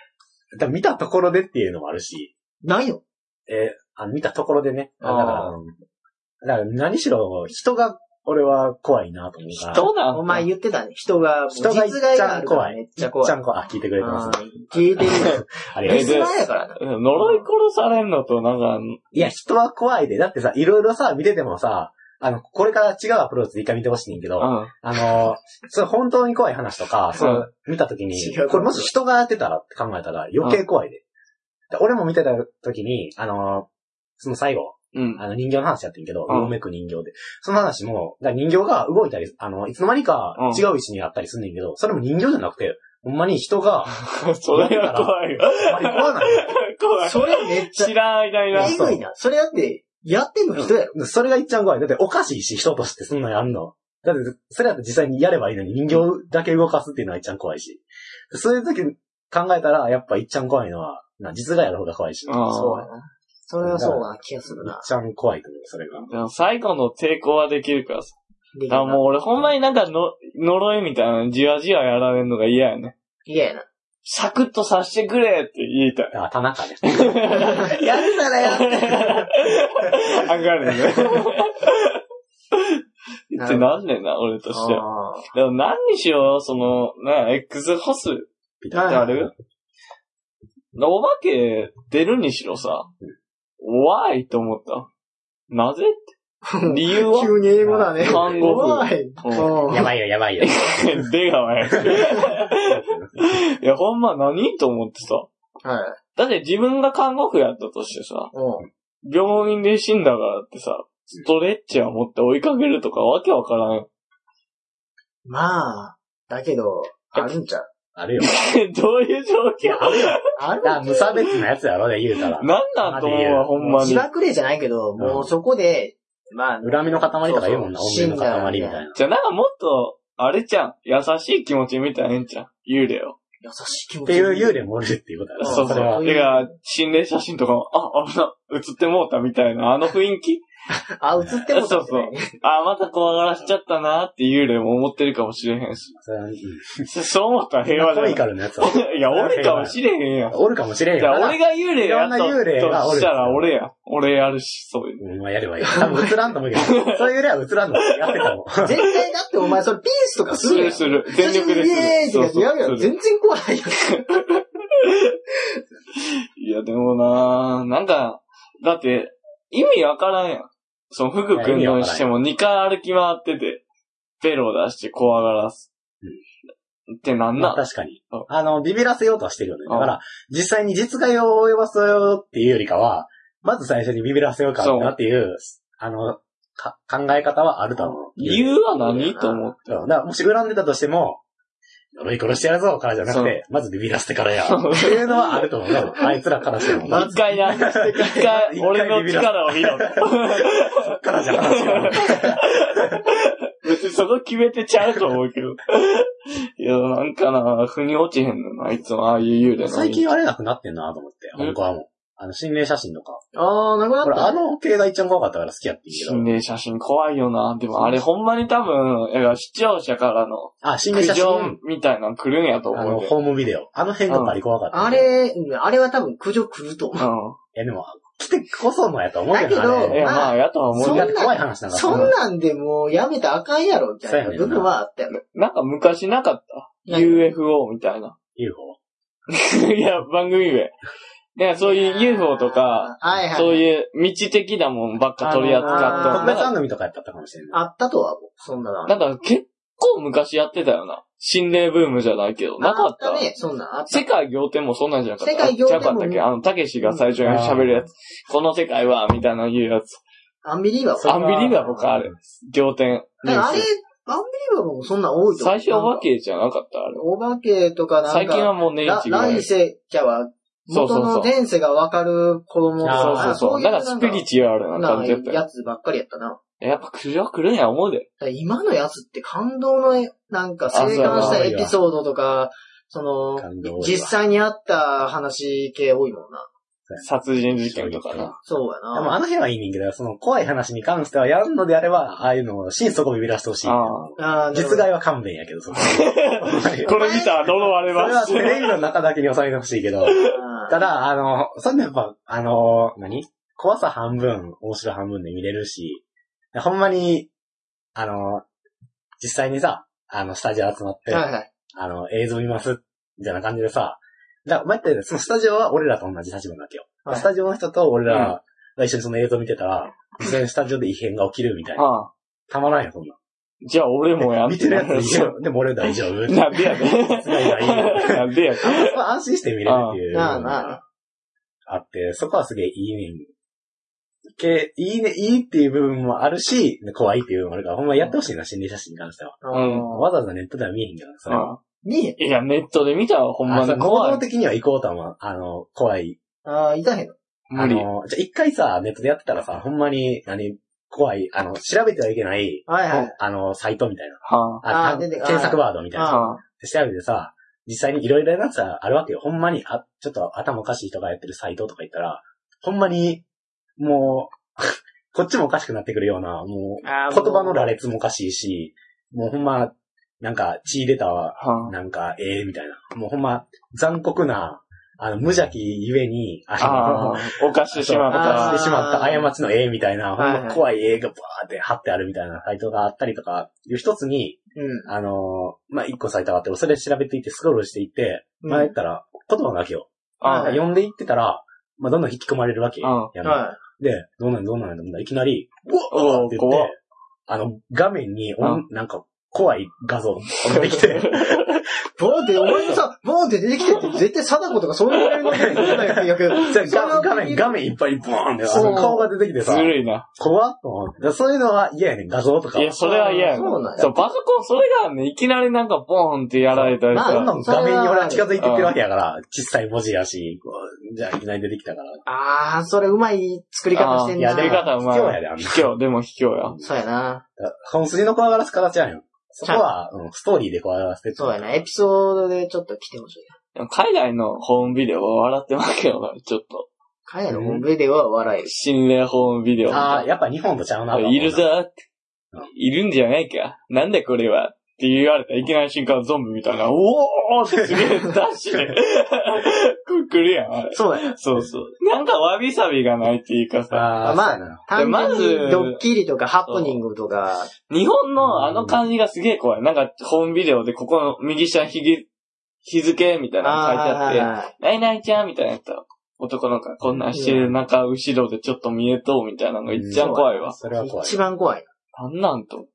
だから見たところでっていうのもあるし、
ないの
えーあ見たところでね。だか
あ
ら、うんだから何しろ人が、俺は怖いなと思うから。
どうなん
お前言ってたね。人が、
人がいっ
実害
ち
が
ゃ
あ
ん
るか
怖
ら
い。
めっ
い
ち
っ
ゃ怖い。
ちゃん怖い。あ、聞いてくれてますね。
うん聞いてるよ。
ありがとうございま
リ
す
スナーやからな。
呪い殺されんのと、なんか、
いや、人は怖いで。だってさ、いろいろさ、見ててもさ、あの、これから違うアプローチで一回見てほしいねんけど、あ
う
の、その本当に怖い話とか、そうの、見たときに
違う、
これもし人がやってたらって考えたら余計怖いで。で俺も見てたときに、あの、その最後、
ん。うん。
あの人形の話やってんけど、う
うん
ごめく人形で。その話も、だから人形が動いたり、あの、いつの間にか
うん
違う位置にあったりすんねんけど、それも人形じゃなくて、ほんまに人が、
それは怖いわ。
あんまり怖ない。
怖い。
それめっちゃ
知、らん間にな。
えぐいな。それだって、やってんの人やろ。
それが一番怖い。だっておかしいし、人としてそんなんやんの。だって、それだと実際にやればいいのに人形だけ動かすっていうのは一番怖いし。そういう時考えたら、やっぱ一番怖いのは、な実害やる方が怖いし。
あー
そうやな。それはそうな気がするな。
一番怖いと思う、それが。
でも最後の抵抗はできるからさ。
でき
だ
る
か
な
らもう俺ほんまになんかの、呪いみたいなのじわじわやられるのが嫌やね。
嫌やな。
サクッとさしてくれって言 いたい。
あ、田中ね。
やるならやって
あがるね。ってなんねんな、俺としては。
あー
でも何にしよう、その、ね、X ホス
み
った
い
て
な
あるお化け出るにしろさ、why って思った。なぜって。 理由は
急に英語だね。
看護婦
怖い。
う
や
い。
ばいよ、やばいよ。
出川 や。いや、ほんま何と思ってさ。
はい。
だって自分が看護婦やったとしてさ、
うん。
病院で死んだからってさ、ストレッチャー持って追いかけるとかわけわからん。
まあ、だけど、あるんちゃう
あるよ。
どういう状
いや
況、
あるよ。
ある
だから無差別なやつやろね、言うた
な
ら。
んなんと思うわ、ほんまに
自。爆霊じゃないけど、もうそこで、まあ、
恨みの塊とか言うもんな、
そう
怨
そう
念の塊みたい
死んだ
な。
じゃあ、なんかもっと、あれじゃん、優しい気持ちみたいなんじゃん、幽霊を。
優しい気持
っ
ち。
ていう幽霊もおるっていうことやろ。
そう
れは
そう。てか、心霊写真とかも、あ、危な、映ってもうたみたいな、あの雰囲気
あ、映っても
そうそうあ、また怖がらしちゃったなって幽霊も思ってるかもしれへんし。
それはうん
そう思ったら平和
コ
だ
ミ
よ。
カルなやつは。
いや、俺かもしれへんやん。
おるかもしれん
じゃ
よ。
あ、俺が幽霊やった
いろんな幽霊がお
と
る
したら俺や。俺やるし、そういう。
うんまあやればいい。多分映らんと思うけど。 そういう幽霊は映らんの。やってたもん。
絶対だってお前それピースとかす
す
るや
る
ん。
する。全力です
イエー
る。
イとかってやるや
そ
ん。
うそうする
全然怖いやん。
いや、でもなぁ、なんか、だって、意味わからんやん。その、福君のにしても2回歩き回ってて、ベロ出して怖がらす。ってなん
まあ
な、
確かに
うん。
あの、ビビらせようとはしてるよね。
うん
だから、実際に実害を及ばせようっていうよりかは、まず最初にビビらせようかなっていう、あの、か考え方はあると思う。
理由は何と思って。
うんだから、もし恨んでたとしても、呪い殺してやるぞからじゃなくて、まずビビらせてからや。
そう
っていうのはあると思うよ。あいつらからしても。
一回な、一回、俺の力を見ろ。
そっからじゃ話 が。
別にそこ決めてちゃうと思うけど。いや、なんかな、腑に落ちへんのな、いつも、ああいう幽霊の。
最近あれなくなってんなと思って、
うん
僕はもう。あの、心霊写真とか。
あー、なく
俺、
な
あ
った。
の系が一番怖かったから好きやってんけど
心。霊写真怖いよな。でもあれほんまに多分、いや視聴者からの
あ、心霊
苦
写
情
真。
みたいなの来るんやと
あ
思
の、
うで。
ホームビデオ。あの辺がバリ怖かった。
あれ、うんあれは多分苦情来ると思う。
う
いや、でも、来てこそのやと思うけど
だけ
ね。
ど
ん。いや、まあ、やとは思
そうう
け
や
ど
って怖い話なんか
そんなんでもうやめたらあかんやろ、みたいな部分はあったよ。
なんか昔なかった
何
?UFO みたいな。
UFO。
いや、番組名。ね、そういう UFO とか、
あー、はいはい。
そういう道的なもんばっか取り扱った
あ
特
のー
別
な
番
んか。
組とかやったかもしれない。
あったとは、そんなの。
なんか結構昔やってたよな。心霊ブームじゃないけど。なかった
あね、そんなんあった
世。界仰天もそんなんじゃなかった。
世界仰天も
ちゃうかったっけあの、たけしが最初に喋るやつ。この世界は、みたいな言うやつ。
アンビリーバ
それ
ー
は
アンビリバボーか、あれ。仰天。
だからあれ、アンビリーバーもそんなん多いと思
最初
う。
お化けじゃなかった、あれ。
お化けとかなんか、
最近はもう年
ラ
一ぐらい
来。世じゃは、
そうそ
元
うそう
の前世がわかる子供と
そう
か
そうそう。だからスピリチュアルな
な
感じだったよ。
やつばっかりやったな。だか
やっぱ苦情来るんや思うで。
ら今のやつって感動の、なんか、生還したエピソードとか、その、
感動。
実際にあった話系多いもんな。
殺人事件とかな。
そうや
でも
な。
あの辺はいいねんけど、その怖い話に関してはやるのであれば、ああいうのを心底ビビらしてほしい。
あ
あーなるほど
実害は勘弁やけど、そこ
あ。これ見たら呪われ
それ
ま
は
す
テ。レビの中だけに収めてほしいけど、
あー
ただ、あの、そんなやっぱ、あの、何怖さ半分、面白半分で見れるし、ほんまに、あの、実際にさ、あの、スタジオ集まって、
はいはい。
あの、映像見ます、みたいな感じでさ、だから、待って、そのスタジオは俺らと同じ立場なわけよ。
はい
スタジオの人と俺らが一緒にその映像見てたら、実際にスタジオで異変が起きるみたいな。
ああ。
たまらんよ、そんな。
じゃあ俺もやっ
見てるやつ一
よ。
緒。でも俺大丈夫。
なんでやねん。なんで やねん。
まあ安心して見れるっていうの
ああなあな
があって、そこはすげえいいねん。けいいね、いいっていう部分もあるし、怖いっていう部分もあるから、ほんまやってほしいな、心霊写真に関しては。
あー
うん
わざわざネットでは見えへんから、それは。
ああ
見えへん。
いや、ネットで見たらほん
ま
ま
あ、
に
行動
怖い。
的には行こうとは思う、あの、怖い。
ああ、いたへんの。
無理
あ。の、じゃあ一回さ、ネットでやってたらさ、ほんまに、何、怖い、あの、調べてはいけない、
はいはい。
あの、サイトみたいな。
は
あ
あ出て
検索ワードみたい
あ、
な。
は
で調べてさ、実際にいろいろなやつはあるわけよ。ほんまに、あ、ちょっと頭おかしい人がやってるサイトとか言ったら、ほんまに、もう、 こっちもおかしくなってくるような、もう、
あー
言葉の羅列もおかしいし、もうほんま、なんか血出た、
あ、はあ。
なんか、ええみたいな。もうほんま、残酷な、あの、無邪気ゆえに、
あ
あの、
あ、犯してしま
犯
っ
してしまった過ちの絵みたいな、ほ
はい
んま怖い絵がバーって貼ってあるみたいなサイトがあったりとか、いう一つに、
う
あのーまあ、一個サイトがあって、それ調べていって、スクロールしていって、
ん。
まあ、やったら、言葉がわけよ。
た。
は
ああ、
い
読んでいってたら、まあ、どんどん引き込まれるわけ。
うん
やんか
は
で、どうなんどうなんどうなんいきなり、う
お
わ
ー
って言っ
怖
て
っ、
あの、画面に、おん
う
なんか、怖い画像飛んできて、
い。ボーンって、お前もさ、ボーンって出てきてって、絶対貞子とかそういうレベルの出てこないやけど。
じゃあ
それ
画
は
画面、画面いっぱいにボーンって、あ
そう
の顔が出てきて
ず
さ、
るいな。
怖っと思って。だからそういうのは嫌やねん、画像とか
い。や、それは嫌や
そうなんや
そう、パソコン、それがね、いきなりなんかボーンってやられたり
まあ
ど
さ
ん。どん画面に俺は近づいていってるわけやから、小さい文字やし、こうじゃあいきなり出てきたから。
あー、それうまい作り方してん
いや、
な。
で
作り方
も
うまい
卑怯やで、あんな
卑怯、でも卑怯や。
そうやな。
本筋の怖がらす形やんよ。そこは、うん、ストーリーで怖がらせて
そうやな。エピソードでちょっと来てほしい。
でも海外のホームビデオは笑ってますけどな、ちょっと。
彼のホームビデオは笑える。
心霊ホームビデオみたいな。
ああ、やっぱ日本とちゃうな。
いるぞ
ぞ。
ーって。いるんじゃないか。なんだこれは。って言われたらいきなり瞬間ゾンビみたいな、おーってすげえダッシュで、くくるやん、あれ。
そうやな。
そうそう。なんかわびさびがないっていうかさ、
ああ、
まあ
そうやな
単純
ま
に
ず
ドッキリとかハプニングとか、
日本のあの感じがすげえ怖い。なんかホームビデオでここの右下ひげ、日付みたいなの書いてあって、
あ
ないないちゃんみたいなやったら、男の子がこんなんしてる中、後ろでちょっと見えとうみたいなのが一番怖いわ。
それは
ー
怖い。
一番怖い。
なんなんと。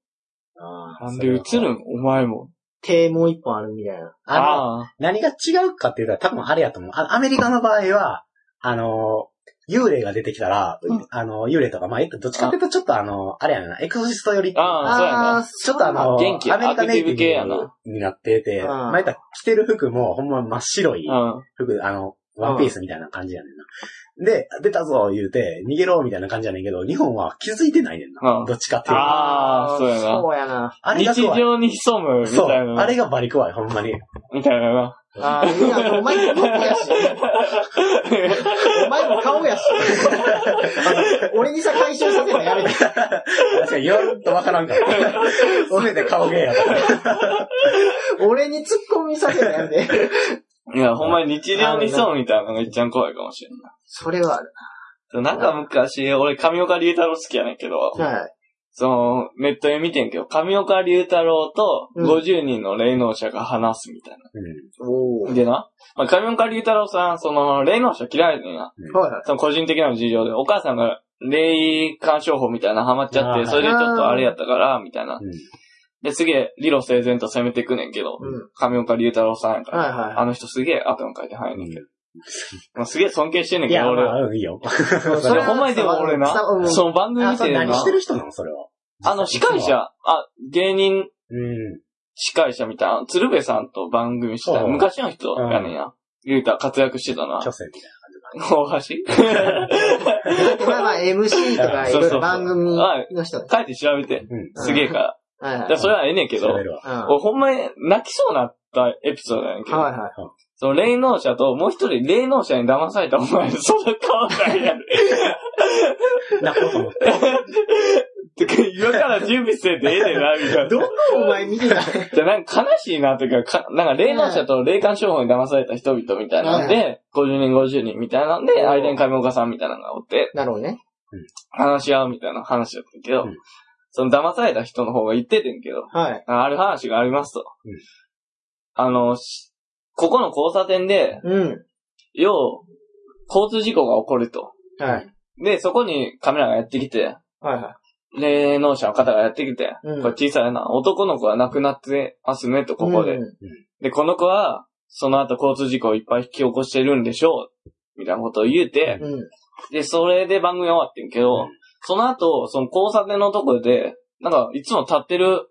あー
なんで映る
それは怖い
んお前も。
手もう一本あるみたいな。
あの、
ああ。
何が違うかって言ったら多分あれやと思う。あアメリカの場合は、あのー、幽霊が出てきたら、
うん
あの、幽霊とか、まあ、えっとどっちかっていうと、ちょっとあの、あれやな、エクソシストよりっていうか
あーそうやな
あー、
ちょっとあの、
元気
アメリカネイテ
アクティブ系や
ィ
な
ブになってて、
うん
まあ、言ったら着てる服もほんま真っ白い、
うん。
服、あの、ワンピースみたいな感じやねんな。で、出たぞ言うて、逃げろみたいな感じやねんけど、日本は気づいてないねん
うん
な。どっちかっていうとあ
あーそうやな
そうやな。
れが
日
怖い。
常に潜むみた
そう。
いな。
あれがバリ怖い、ほんまに。
みたいなな。
あー、いや、お前も顔やし。お前も顔やし。俺にさ、回収させるのやめて。
確かに、よっとわから んから。おめで顔芸やから。
俺に突っ込みさせるのやめて。
いや、ほんまに日常に潜むみたいなのが一番怖いかもしれんな
それはある。
そう。なんか昔、俺、上岡龍太郎好きやねんけど、
はい。
その、ネットで見てんけど、上岡龍太郎と
うん
50人の霊能者が話すみたい
う
な。
ん。
おー。
でな、まあ、上岡龍太郎さん、その、霊能者嫌いやねんな。
はいはい。
その個人的な事情で、お母さんが霊感商法みたいなのハマっちゃっ
あー
て、それでちょっとあれやったから、みたいな。
うん。
で、すげえ、理路整然と攻めてくねんけど、
うん。
上岡龍太郎さんやから。
はいはいは
あの人すげえ頭書いてはんやねんけど。まあすげえ尊敬してんねん
い
け
や、
ど、
ま
俺は。
あ、うん、いいよ。
い。
それほんまにでも俺な
伝わ、る
その番組
あ、
見
そ
て
れ
る
何
な
し。てる人なのそれは。
あの、司会者、あ、芸人
うん。
司会者みたいな、鶴瓶さんと番組してた、
うん
昔の人やねんや。言うたら活躍してたな。
虚勢みたい
大橋
まあまあ MC とかいろいろ番組の人
書いて調べて。
な。うん。
すげえから。
はいはい。
じゃそれはええねんけど、
喋るわ。
うん。
俺ほんまに泣きそうなったエピソードやねんけど、
はいはい。
その霊能者ともう一人霊能者に騙されたお前、その顔なん や。
泣こうと思っ
て
て。
か、今から準備しててええでな、みたいな。
どこお前見てた
じゃ、なんか悲しいなというか、かなんか霊能者と霊感商法に騙された人々みたいなんで、50人50人みたいなんで、
うん
相手に上岡さんみたいなのがおって、
なるほどね。
話し合うみたいな話だったけど、
うん
その騙された人の方が言っててんけど、
はい。
あある話がありますと。
うん
あの、しここの交差点で、
うん。
要、交通事故が起こると。
はい。
で、そこにカメラがやってきて、
はいは
霊能者の方がやってきて、
うん
これ小さいな、男の子は亡くなってますねと、
い。
ここで。
うん。
で、この子は、その後交通事故をいっぱい引き起こしてるんでしょう。みたいなことを言うて、
うん。
で、それで番組終わってんけど、
うん
その後、その交差点のとこで、なんか、いつも立ってる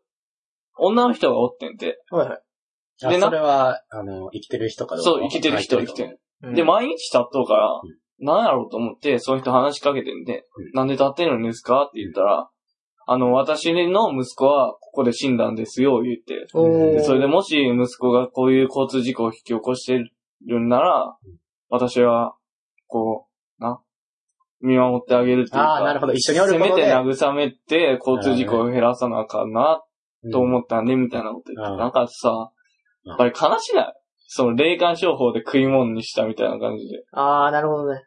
女の人がおってんて。
はいはい。
あ
でな
それは、あの、生きてる人かどうか。
そう、生きてる人、生きて
る。
る。で、毎日立っとうから
うん、
なんやろうと思って、その人話しかけてんで、
うん
なんで立ってるんですかって言ったら、あの、私の息子はここで死んだんですよ、言って。
お
で
ー。
それでもし息子がこういう交通事故を引き起こしてるんなら、私は、こう、な、見守ってあげるっていうか。
ああ、なるほど。一緒にお
せ
る
め
ことで。
て慰めて、交通事故を減らさなあかんな、と
うん
思ったね、みたいなこと言って。
うん
なんかさ、
うん
やっぱり悲しない。その霊感商法で食い物にしたみたいな感じで。
ああ、なるほどね。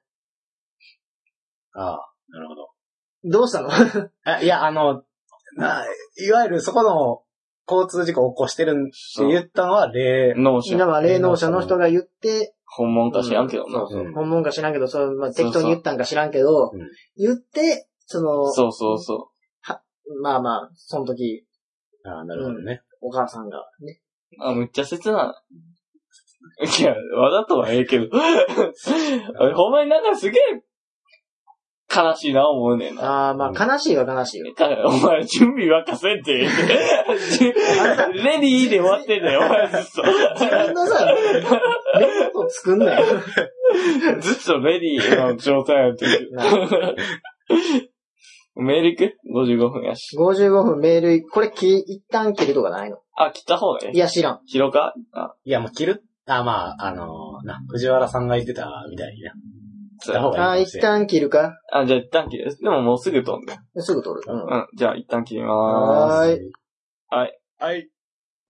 ああ、なるほど。
どうしたの
あいや、あの、ないわゆるそこの交通事故を起こしてるって言ったのは霊、
脳死
今は霊能者の人が言って、
本物か知らんけどな。
うん
本物か知らんけど、そのまあ、
そうそう
適当に言ったんか知らんけど
うん、
言って、その、
そうそうそ
まあまあ、その時、
ああ、なるほどね。
お母さんがね。
う。あ、むっちゃ切ない。いや、わざとはええけど。 俺ほんまになんかすげえ、悲しいな思うねんな。
ああ、まあ、悲しいは悲しいよ。
だからお前、準備任せんて。 レディーで終わってんだよ、お前ずっと。
自分のさ、レポート作んなよ。
ずっとレディーの状態やってる。 メール行く ?55 分やし。
55分メール、これき、一旦切るとかないの
あ、切った方がい
い
い。
や、知らん。
切ろうかあ、
いや、もう着る、あまあ、あの、な、藤原さんが言ってたみたいにな。
そう
た方
あ
が
あ、
いいかもし
一
れん。
旦切るか
あ、じゃあ一旦切る。でももうすぐ飛んで。
すぐ取る。うん
うん。じゃあ一旦切りまーす。
はーい。
はい。
はい。